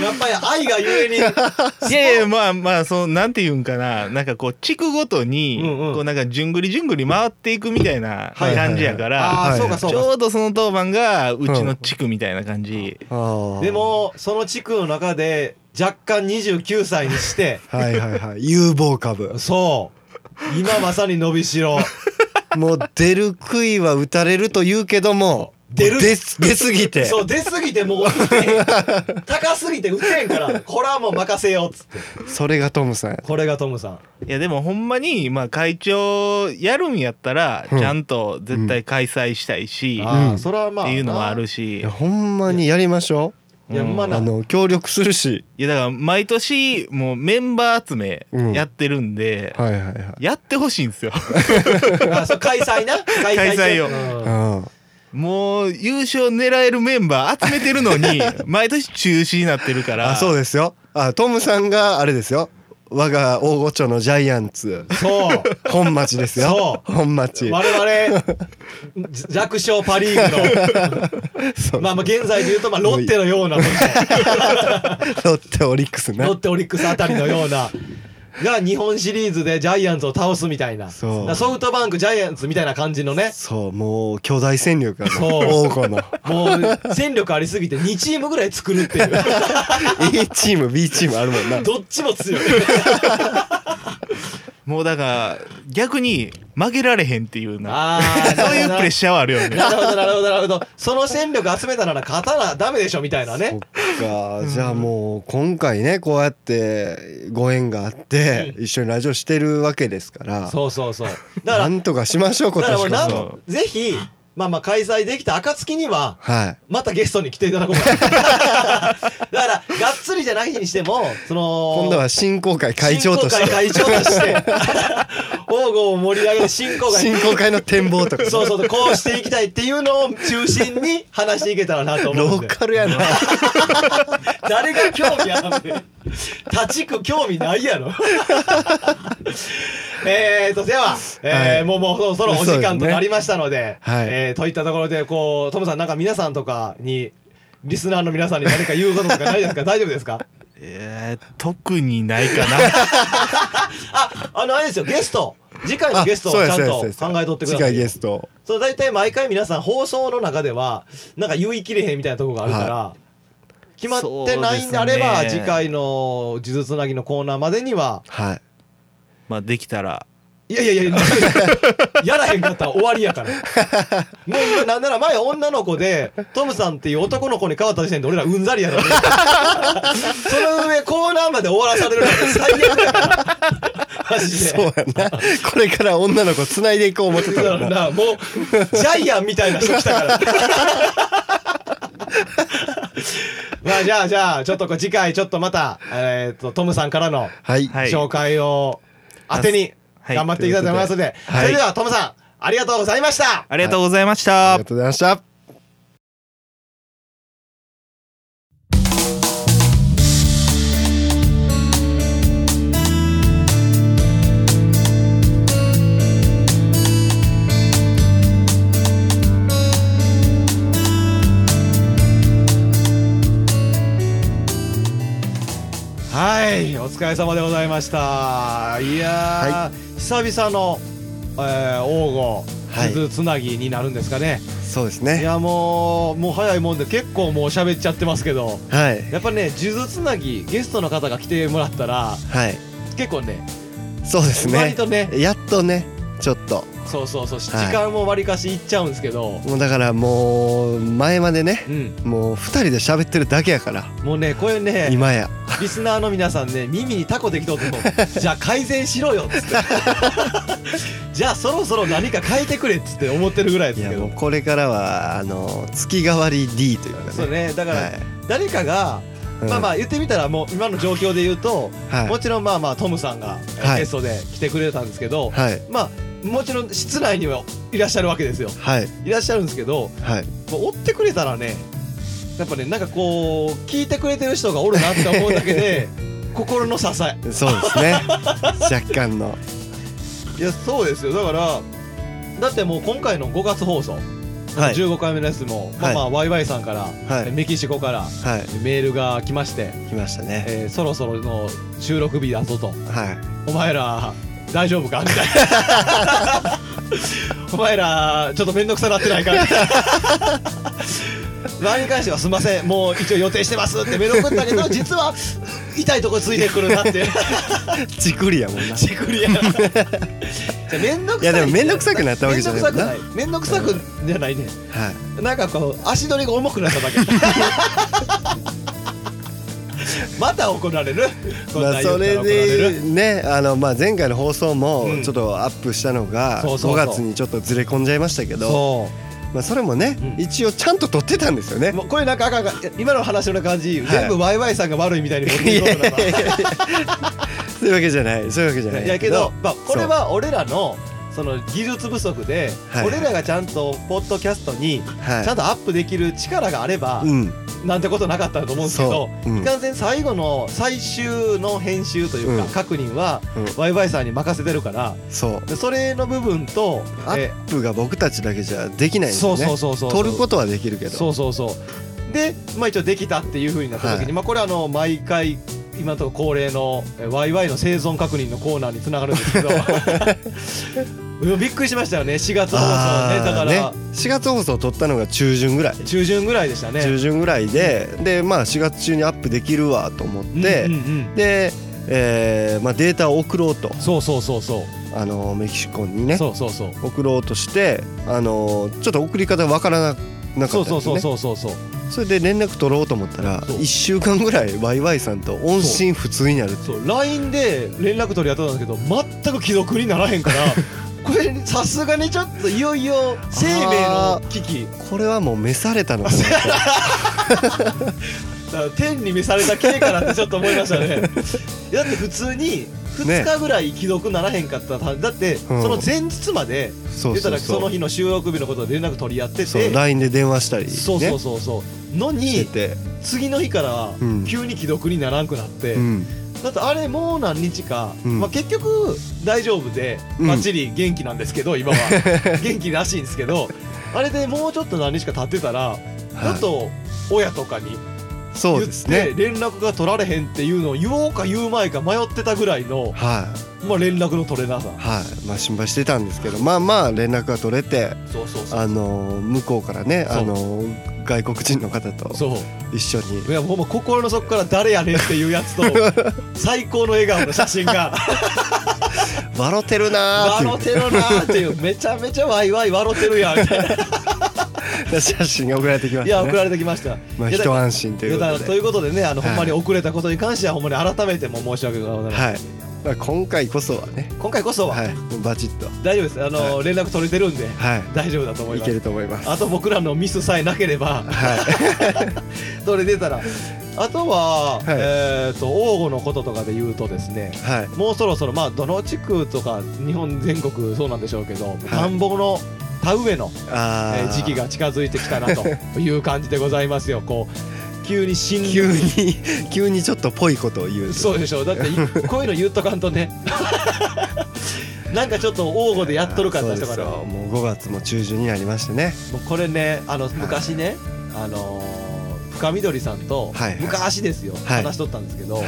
Speaker 2: やっぱり愛がゆえに
Speaker 3: いやいやまあまあそのなんていうんかななんかこう地区ごとに
Speaker 2: うんうん
Speaker 3: こうなんかじゅんぐりじゅんぐり回っていくみたいな
Speaker 1: はいはいはい
Speaker 3: 感じやから
Speaker 2: ああ
Speaker 1: はい
Speaker 2: そうか
Speaker 3: ち
Speaker 2: そうか
Speaker 3: ょうどその当番がうちの地区みたいな感じ
Speaker 1: あー
Speaker 2: でもその地区の中で若干29歳にして
Speaker 1: はいはいはい有望 株
Speaker 2: そう今まさに伸びしろ
Speaker 1: もう出る杭は打たれると言うけども
Speaker 2: 出る
Speaker 1: 出す出すぎて
Speaker 2: そう出すぎてもう打てへん高すぎて打てへん からこれはもう任せようっつって
Speaker 1: それがトムさんや
Speaker 2: これがトムさん
Speaker 3: いやでもほんまにまあ会長やるんやったら
Speaker 1: うん
Speaker 3: ちゃんと絶対開催したいしっ
Speaker 2: あ
Speaker 1: う
Speaker 2: あ
Speaker 1: ん
Speaker 2: それはまあ
Speaker 3: ていうのもある
Speaker 2: し
Speaker 1: い
Speaker 3: し
Speaker 1: やほんまにやりましょ
Speaker 2: いや
Speaker 3: うん
Speaker 2: まあ
Speaker 1: うあ
Speaker 2: な
Speaker 1: の協力するし
Speaker 3: いやだから毎年もうメンバー集め
Speaker 1: うん
Speaker 3: やってるんで
Speaker 1: はいはいはい
Speaker 3: やってほしいんですよ
Speaker 2: あそう開催な開
Speaker 3: 開催よ
Speaker 2: うん
Speaker 1: うん
Speaker 3: もう優勝狙えるメンバー集めてるの に毎年中止になってるから
Speaker 1: あそうですよあトムさんがあれですよ我が大御所のジャイアン ツ
Speaker 2: そう
Speaker 1: 本町ですよ本町
Speaker 2: 我々じ弱小パ・リーグ
Speaker 1: そ
Speaker 2: の
Speaker 1: う
Speaker 2: まあまあ現在でいうとまあロッテのような
Speaker 1: ロッテオリックスね
Speaker 2: ロッテオリックスあたりのようなが日本シリーズでジャイアンツを倒すみたいな
Speaker 1: そう
Speaker 2: だからソフトバンクジャイアンツみたいな感じのね
Speaker 1: そうもう巨大戦力が
Speaker 2: そう
Speaker 1: 大御 の
Speaker 2: もう戦力ありすぎて2チームぐらい作るっていう
Speaker 1: A チーム B チームあるもんな
Speaker 2: どっちも強い
Speaker 3: もうだから逆に負けられへんっていうな
Speaker 2: ああ
Speaker 3: そういうプレッシャーはあるよね
Speaker 2: なるほどなるほどなるほどその戦力集めたなら勝たなダメでしょみたいな
Speaker 1: そっ
Speaker 2: ね
Speaker 1: かじゃあもう今回ねこうやってご縁があって一緒にラジオしてるわけですから
Speaker 2: そうそうそうだか
Speaker 1: な
Speaker 2: ら
Speaker 1: んとかしましょう今
Speaker 2: だから俺
Speaker 1: 年こ
Speaker 2: なん
Speaker 1: そ
Speaker 2: ぜひまあまあ開催できた暁には
Speaker 1: はい
Speaker 2: またゲストに来ていただこうかなだからがっつりじゃない日にしてもその
Speaker 1: 今度は振興会会長とし
Speaker 2: 振興
Speaker 1: て
Speaker 2: 会会長として王郷を盛り上げる振興会
Speaker 1: 振興会の展望とか
Speaker 2: そうそうこうしていきたいっていうのを中心に話していけたらなと思
Speaker 1: ロ
Speaker 2: うんで
Speaker 1: ーカルやな
Speaker 2: 誰が興味あるんで他地区興味ない やろえーとでは、えー
Speaker 1: はい
Speaker 2: もうもうそろそろお時間
Speaker 1: そうです
Speaker 2: と
Speaker 1: ね
Speaker 2: なりましたので
Speaker 1: はい
Speaker 2: えーといったところでこうトムさんなんか皆さんとかにリスナーの皆さんに何か言うこととかないですか大丈夫ですか
Speaker 3: えー特にない かな
Speaker 2: ああのあれですよゲスト次回のゲストをち
Speaker 1: そう
Speaker 2: ゃ
Speaker 1: や
Speaker 2: ん
Speaker 1: そうや
Speaker 2: と
Speaker 1: そう
Speaker 2: 考
Speaker 1: やそうや
Speaker 2: えとってください
Speaker 1: 次回ゲスト
Speaker 2: そう大体毎回皆さん放送の中ではなんか言い切れへんみたいなとこがあるから、決まってないんであれば
Speaker 3: そうですね
Speaker 2: 次回の「呪術つなぎ」のコーナーまでには
Speaker 1: はい
Speaker 3: まあできたら
Speaker 2: いやいやい ややらへんかったら終わりや からもうなんなら前女の子でトムさんっていう男の子に変わった時点で俺らうんざりやから ねその上コーナーまで終わらされるなんて最悪や からマジで
Speaker 1: そうやなこれから女の子つないでいこう思ってた
Speaker 2: だ
Speaker 1: か
Speaker 2: からら
Speaker 1: な
Speaker 2: なもうジャイアンみたいな人来たからまああじゃあじゃあちょっとこう次回ちょっとまたえっとトムさんからの
Speaker 1: はい、
Speaker 3: はい
Speaker 2: 紹介を当てに
Speaker 3: はい
Speaker 2: 頑張っていきたいと思いますので、
Speaker 1: はい
Speaker 2: それではトムさんありがとうございました
Speaker 3: ありがとうございました、
Speaker 1: ありがとうございました
Speaker 2: はいお疲れ様でございましたいやー、久々の、えー、王
Speaker 1: は
Speaker 2: 吾
Speaker 1: い
Speaker 2: 傷つなぎになるんですかね、
Speaker 1: そうです
Speaker 2: い、
Speaker 1: ね
Speaker 2: やもうもう早いもんで結構もう喋っちゃってますけど
Speaker 1: はい
Speaker 2: やっぱね数珠つなぎゲストの方が来てもらったら
Speaker 1: はい
Speaker 2: 結構ね
Speaker 1: そうです
Speaker 2: 割
Speaker 1: ね
Speaker 2: とね
Speaker 1: やっとねちょっと
Speaker 2: そうそうそう時
Speaker 1: はい
Speaker 2: 間もわりかしいっちゃうんですけど、
Speaker 1: もうだからもう前までね
Speaker 2: うん
Speaker 1: もう2人で喋ってるだけやから
Speaker 2: もうねこれね
Speaker 1: 今や
Speaker 2: リスナーの皆さんね耳にタコできとっても じゃあ改善しろよっつって じゃあそろそろ何か変えてくれっつって思ってるぐらい
Speaker 1: い
Speaker 2: です
Speaker 1: や
Speaker 2: け
Speaker 1: もう
Speaker 2: ど
Speaker 1: これからはあの月替わり D というかね
Speaker 2: そうねだから
Speaker 1: はい
Speaker 2: 誰かが、まあまあ言ってみたらもう今の状況で言うと、
Speaker 1: あはい
Speaker 2: もちろんまあまあトムさんがえー
Speaker 1: はい
Speaker 2: ゲストで来てくれたんですけど、
Speaker 1: はい
Speaker 2: まあもちろん室内にはいらっしゃるわけですよ
Speaker 1: はい
Speaker 2: いらっしゃるんですけど
Speaker 1: はい
Speaker 2: もう追ってくれたらねやっぱねなんかこう聞いてくれてる人がおるなって思うだけ で心の支え
Speaker 1: そうですね若干の
Speaker 2: いやそうですよだからだってもう今回の5月放送、
Speaker 1: はい
Speaker 2: 15回目のやつも、まあまあワイワイさんから、
Speaker 1: はい
Speaker 2: メキシコから
Speaker 1: はい
Speaker 2: メールが来まして、
Speaker 1: 来ましたね
Speaker 2: えーそろそろの収録日だぞと
Speaker 1: はい
Speaker 2: お前ら大丈夫かみたいな お前らちょっと面倒くさなってないかみたいな何に関してはすみませんもう一応予定してますってメール送ったけど実は痛いとこついてくるな っていう
Speaker 1: ちくりやも んな
Speaker 2: しくりやじゃあ面倒くさい
Speaker 1: いやでも面倒くさくなったわけじゃないもんなは
Speaker 2: 面倒くさくない面倒くさくじゃないね
Speaker 1: い
Speaker 2: なんかこう足取りが重くなっただけ また怒られるこん
Speaker 1: ま
Speaker 2: な
Speaker 1: あ
Speaker 2: ん言
Speaker 1: そ
Speaker 2: ったら
Speaker 1: れ
Speaker 2: 怒られ
Speaker 1: で
Speaker 2: る
Speaker 1: ねあのまあ前回の放送
Speaker 2: う
Speaker 1: も
Speaker 2: ん
Speaker 1: ちょっとアップしたのが
Speaker 2: そうそう
Speaker 1: 5
Speaker 2: そう
Speaker 1: 月にちょっとずれ込んじゃいましたけど
Speaker 2: そう
Speaker 1: まあそれもね
Speaker 2: うん
Speaker 1: 一応ちゃんと撮ってたんですよね
Speaker 2: もうこれなんかあかんあかんいや今の話の感じ、
Speaker 1: はい
Speaker 2: 全部ワイワイさんが悪いみたいに持っていこうかな
Speaker 1: そういうわけじゃないそういうわけじゃない
Speaker 2: いやけど、まあ、これ
Speaker 1: そう
Speaker 2: は俺らのその技術不足で、
Speaker 1: はい
Speaker 2: 俺らがちゃんとポッドキャストにちゃ
Speaker 1: は
Speaker 2: んとアップできる力があれば
Speaker 1: い、うん
Speaker 2: なんてことなかったと思うんですけど
Speaker 1: そ、ううん
Speaker 2: いかんせん最後の最終の編集というか、
Speaker 1: うん
Speaker 2: 確認は
Speaker 1: うん
Speaker 2: ワイワイさんに任せてるから
Speaker 1: そう
Speaker 2: でそれの部分と
Speaker 1: ア
Speaker 2: え
Speaker 1: ップが僕たちだけじゃできないんです
Speaker 2: そ
Speaker 1: よ
Speaker 2: う
Speaker 1: ね
Speaker 2: そうそうそう
Speaker 1: 撮ることはできるけど
Speaker 2: そうそうそうで、まあ、一応できたっていうふうになった時に、
Speaker 1: はい
Speaker 2: まあ、これはあの毎回今のところ恒例のえワイワイの生存確認のコーナーにつながるんですけど うんびっくりしましたよね4月放送ね
Speaker 1: あ
Speaker 2: だか
Speaker 1: ー
Speaker 2: ら、
Speaker 1: ね4月放送撮ったのが中旬ぐらい
Speaker 2: 中旬ぐらいでしたね
Speaker 1: 中旬ぐらいででまあ4月中にアップできるわと思って、
Speaker 2: うんうんうん
Speaker 1: で、えーまあ、データを送ろうと
Speaker 2: そうそうそうそう、
Speaker 1: あのメキシコにね
Speaker 2: そうそうそう
Speaker 1: 送ろうとしてあのちょっと送り方わからななか
Speaker 2: そ
Speaker 1: っ
Speaker 2: う
Speaker 1: たん
Speaker 2: そ
Speaker 1: で
Speaker 2: う
Speaker 1: すよ
Speaker 2: そ
Speaker 1: ね
Speaker 2: うそうそうそう
Speaker 1: それで連絡取ろうと思ったら
Speaker 2: そう
Speaker 1: 1週間ぐらいワイワイさんと音信不通になる
Speaker 2: そう LINE で連絡取り合ってたんですけど全く既読にならへんから これさすがにちょっといよいよ生命の危機
Speaker 1: これはもう召されたのか な
Speaker 2: だから天に召された系かなってちょっと思いまし たねだって普通に2日ぐらい既読ならへんかったら、だってその前日まで、
Speaker 1: とそう
Speaker 2: 言っ
Speaker 1: そ
Speaker 2: た
Speaker 1: う
Speaker 2: らそ
Speaker 1: そ
Speaker 2: の
Speaker 1: う
Speaker 2: 日の収録日のことで連絡取り合ってて
Speaker 1: そう LINE で電話したり、ね、
Speaker 2: そうそうそうそうの
Speaker 1: して
Speaker 2: に
Speaker 1: て、
Speaker 2: 次の日から
Speaker 1: うん
Speaker 2: 急に既読にならんくなって、
Speaker 1: うん、
Speaker 2: だってあれもう何日か、
Speaker 1: うん
Speaker 2: まあ、結局大丈夫で
Speaker 1: うん
Speaker 2: バッチリ元気なんですけど、今 は元気らしいんですけどあれでもうちょっと何日か経ってたら、
Speaker 1: はい
Speaker 2: ちょっと親とかに
Speaker 1: そうで
Speaker 2: 言っ
Speaker 1: すね
Speaker 2: て連絡が取られへんっていうのを言おうか言う前か迷ってたぐらいの、
Speaker 1: はい、
Speaker 2: まあ、連絡の取れなさ
Speaker 1: はいまあ、心配してたんですけどまあまあ連絡が取れて、
Speaker 2: そうそうそう
Speaker 1: あのー向こうからね、
Speaker 2: そう
Speaker 1: あのー外国人の方と
Speaker 2: そう
Speaker 1: 一緒に
Speaker 2: いやほんま心の底から誰やねんっていうやつ と最高の笑顔の写真が
Speaker 1: 「笑ってる
Speaker 2: 「
Speaker 1: な」
Speaker 2: 笑
Speaker 1: ー
Speaker 2: っ
Speaker 1: って
Speaker 2: るな」っていうめちゃめちゃワイワイ笑って るやんみたいな
Speaker 1: ていう写真が送られてきま
Speaker 2: い
Speaker 1: し
Speaker 2: や
Speaker 1: た
Speaker 2: 送
Speaker 1: ね。
Speaker 2: られてきました
Speaker 1: まあ、
Speaker 2: いやだ
Speaker 1: 一安心と
Speaker 2: い
Speaker 1: い
Speaker 2: や
Speaker 1: うこ
Speaker 2: だから
Speaker 1: と
Speaker 2: とい
Speaker 1: で、
Speaker 2: うことでねあの、
Speaker 1: はい
Speaker 2: ほんまに遅れたことに関してはほんまに改めてもう申し訳ございません、
Speaker 1: はいまあ、今回こそはね、
Speaker 2: 今回こそは、
Speaker 1: はい、もうバチッと、
Speaker 2: 大丈夫ですあの、連絡取れてるんで
Speaker 1: は
Speaker 2: 大丈夫だと思い
Speaker 1: い、い
Speaker 2: ま
Speaker 1: け
Speaker 2: す
Speaker 1: ると思います。
Speaker 2: あと僕らのミスさえなければ
Speaker 1: はい、
Speaker 2: 取れてたら あとは、
Speaker 1: い
Speaker 2: えっと王吾のこととかで言うとですね
Speaker 1: はい
Speaker 2: もうそろそろまあどの地区とか日本全国そうなんでしょうけど田んぼの田植えの
Speaker 1: あ
Speaker 2: え
Speaker 1: ー
Speaker 2: ー時期が近づいてきたな という感じでございますよ。こう急に新
Speaker 1: 急に 急にちょっとぽいことを言う
Speaker 2: そうでしょう。だっ ていこういうの言っとかんとね。 なんかちょっと王吾でやっとる感じ
Speaker 1: そ
Speaker 2: と
Speaker 1: う
Speaker 2: か
Speaker 1: です
Speaker 2: ら、
Speaker 1: よ
Speaker 2: も
Speaker 1: もう5月も中旬になりましてね
Speaker 2: うこれねあの昔ね、あのー深緑さんと
Speaker 1: はいはい
Speaker 2: 昔ですよ、
Speaker 1: はい
Speaker 2: 話しとったんですけど、
Speaker 1: はい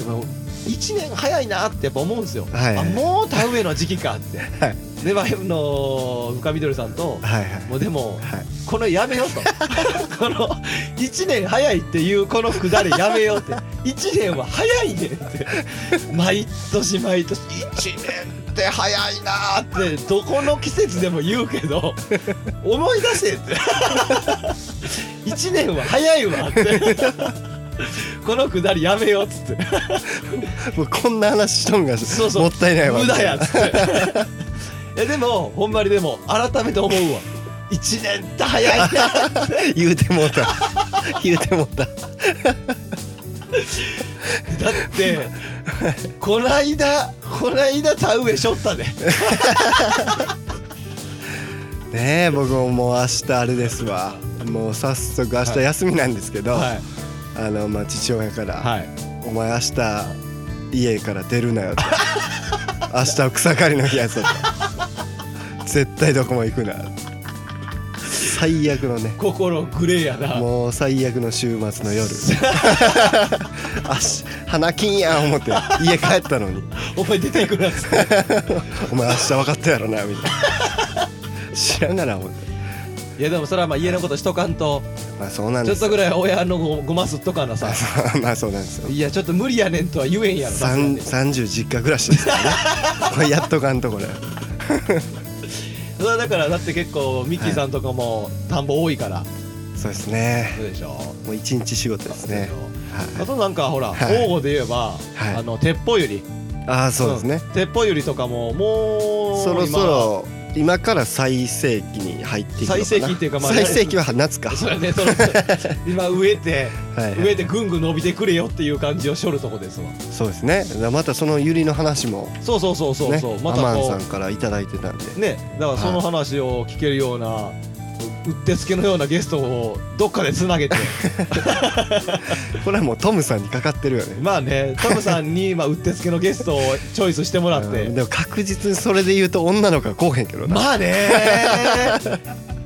Speaker 2: でも1年早いなってやっぱ思うんですよ。
Speaker 1: はい
Speaker 2: あ
Speaker 1: はい
Speaker 2: もう田植えの時期かって。
Speaker 1: はい
Speaker 2: でまああのー深緑さんと
Speaker 1: はい
Speaker 2: もうでも
Speaker 1: はい
Speaker 2: このやめようと この1年早いっていうこのくだりやめようって1年は早いねんって毎年毎年1年って早いなーってどこの季節でも言うけど思い出せって 1年は早いわってこのくだりやめようっつって
Speaker 1: もうこんな話しとんが
Speaker 2: そうそう
Speaker 1: もったいないわ
Speaker 2: 無駄やっつってい やでもほんまにでも改めて思うわ1年って早 いな
Speaker 1: 言うてもうた 言うてもうた
Speaker 2: だって、こないだ、こないだ田植えしょったで。
Speaker 1: ねえ僕ももう明日あれですわもう早速明日休みなんですけど、
Speaker 2: い。
Speaker 1: あのまあ父親から、
Speaker 2: はい。
Speaker 1: お前明日家から出るな よ」と「明日は草刈りの日やぞ」と「絶対どこも行くな」最悪のね
Speaker 2: 心グレーやな。
Speaker 1: もう最悪の週末 の夜あし花金や思って家帰ったのに
Speaker 2: お前出ていく なっつって。
Speaker 1: 「お前明日分かったやろな」みたいな知らんがな思って。
Speaker 2: いやでもそれはまあ家のことしとかんと、
Speaker 1: まあそうなん
Speaker 2: ちょ
Speaker 1: で
Speaker 2: っ
Speaker 1: す
Speaker 2: とぐらい親のごごますっとかなさ。
Speaker 1: まあそうなんですよ
Speaker 2: いやちょっと無理やねんとは言えんやろ。さすが
Speaker 1: 三
Speaker 2: に
Speaker 1: 三十実家暮らしですからね これやっとかんとこれ
Speaker 2: それはだからだって結構ミッキーさんとかも田んぼ多いから。
Speaker 1: そうですね
Speaker 2: そうでしょ。
Speaker 1: もう一日仕事ですね
Speaker 2: あ
Speaker 1: は
Speaker 2: となんかほら、
Speaker 1: はい
Speaker 2: 王吾で言えば、
Speaker 1: はい
Speaker 2: あの鉄砲ゆり、
Speaker 1: いああそうですね
Speaker 2: 鉄砲ゆりとかももう
Speaker 1: そろそ
Speaker 2: 今
Speaker 1: ろ今から最盛期に入っていくのかな
Speaker 2: 最盛期っていうかまあ
Speaker 1: 最盛期は夏か
Speaker 2: そうやね、その今植えて
Speaker 1: はい
Speaker 2: 植えてぐんぐん伸びてくれよっていう感じをしょるとこですわ
Speaker 1: そうですねだからまたそのユリの話も
Speaker 2: そうそうそうそう
Speaker 1: ね
Speaker 2: そう、
Speaker 1: ア
Speaker 2: また
Speaker 1: マン
Speaker 2: こ
Speaker 1: さんから頂いただいてたんで
Speaker 2: うねだからその話を聞けるような、うってつけのようなゲストをどっかでつなげて
Speaker 1: これはもうトムさんにかかってるよね
Speaker 2: まあねトムさんに、まあ、うってつけのゲストをチョイスしてもらっ
Speaker 1: うん
Speaker 2: て
Speaker 1: でも確実にそれで言うと女の子はこうへんけどな、
Speaker 2: まあね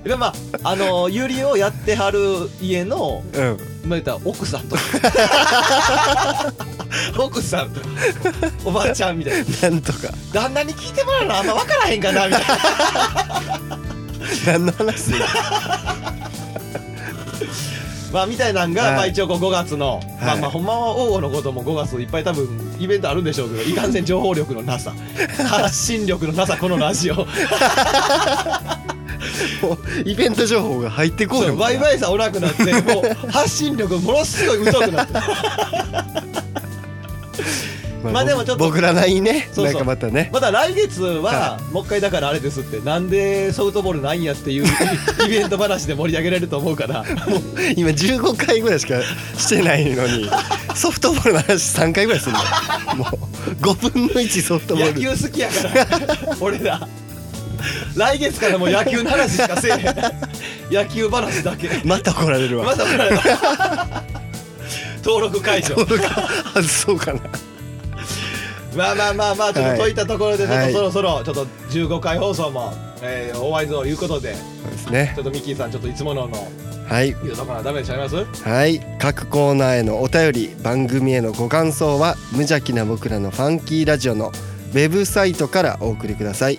Speaker 2: でまああのユリをやってはる家の
Speaker 1: うん
Speaker 2: まあ言ったら奥さん とか奥さんとかおばあちゃんみたいな
Speaker 1: なんとか
Speaker 2: 旦那に聞いてもらうのあんま分からへんかなみたいな
Speaker 1: 何の話
Speaker 2: まあみたいなんが、
Speaker 1: はい
Speaker 2: まあ一応こう5月の、まあ
Speaker 1: はい
Speaker 2: まあほんまは王吾のことも5月いっぱい多分イベントあるんでしょうけどいかんせん情報力 のなさ発信力のなさこのラジオ
Speaker 1: も うイベント情報が入ってこう
Speaker 2: そ
Speaker 1: へ
Speaker 2: うん
Speaker 1: もんな
Speaker 2: バイバイさんおらくなってもう発信力ものすごい疎くなってまあでもちょっと
Speaker 1: 僕らないね
Speaker 2: そ
Speaker 1: な
Speaker 2: うそう
Speaker 1: んかまたね
Speaker 2: また来月は
Speaker 1: は
Speaker 2: もう一回だからあれですってなんでソフトボールないんやっていうイベント話で盛り上げられると思うから
Speaker 1: もう今15回ぐらいしかしてないの にソフトボールの話3回ぐらいするのもう5分の1ソフトボール
Speaker 2: 野球好きやから俺ら来月からもう野球の話しかせえ へん野球話だけ
Speaker 1: また怒られる
Speaker 2: ま
Speaker 1: わ
Speaker 2: だ怒られた登録解除
Speaker 1: 登録外そうかな
Speaker 2: まあまあまあまあちょっ
Speaker 1: はい
Speaker 2: とといったところでちょっ
Speaker 1: は
Speaker 2: と
Speaker 1: い
Speaker 2: そろそろちょっと15回放送も、えー、終わりということで
Speaker 1: そうですね
Speaker 2: ちょっとミッキーさんちょっといつものの
Speaker 1: はい
Speaker 2: 言うところはダメでちゃいますは
Speaker 1: はい各コーナーへのお便り番組へのご感想は無邪気な僕らのファンキーラジオのウェブサイトからお送りください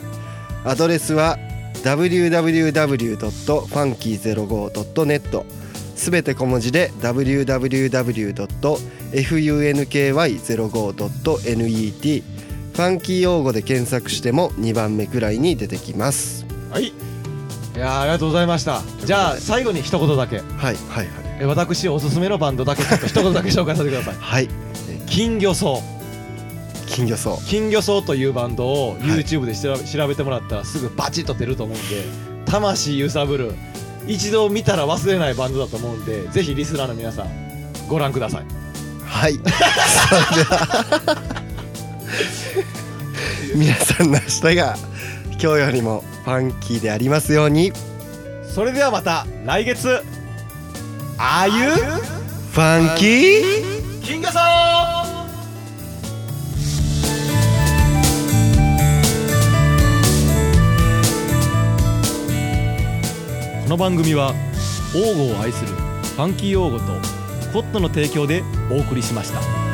Speaker 1: アドレスは www.funky05.net すべて小文字で www.funky05.net ファンキー用語で検索しても2番目くらいに出てきます
Speaker 2: いいやーありがとうございましたじゃあ最後に一言だけ
Speaker 1: はいはいはい
Speaker 2: え私おすすめのバンドだけちょっと一言だけ紹介させてください
Speaker 1: はい
Speaker 2: 金魚草
Speaker 1: 金魚草
Speaker 2: 金魚草というバンドを YouTube で調べ,、調べてもらったらすぐバチッと出ると思うんで魂揺さぶる一度見たら忘れないバンドだと思うんでぜひリスナーの皆さんご覧ください
Speaker 1: はいそれでは皆さんの明日が今日よりもファンキーでありますように
Speaker 2: それではまた来月あゆ
Speaker 1: ファンキー
Speaker 2: 金河さんこの番組は王語を愛するファンキー王語とコットの提供でお送りしました。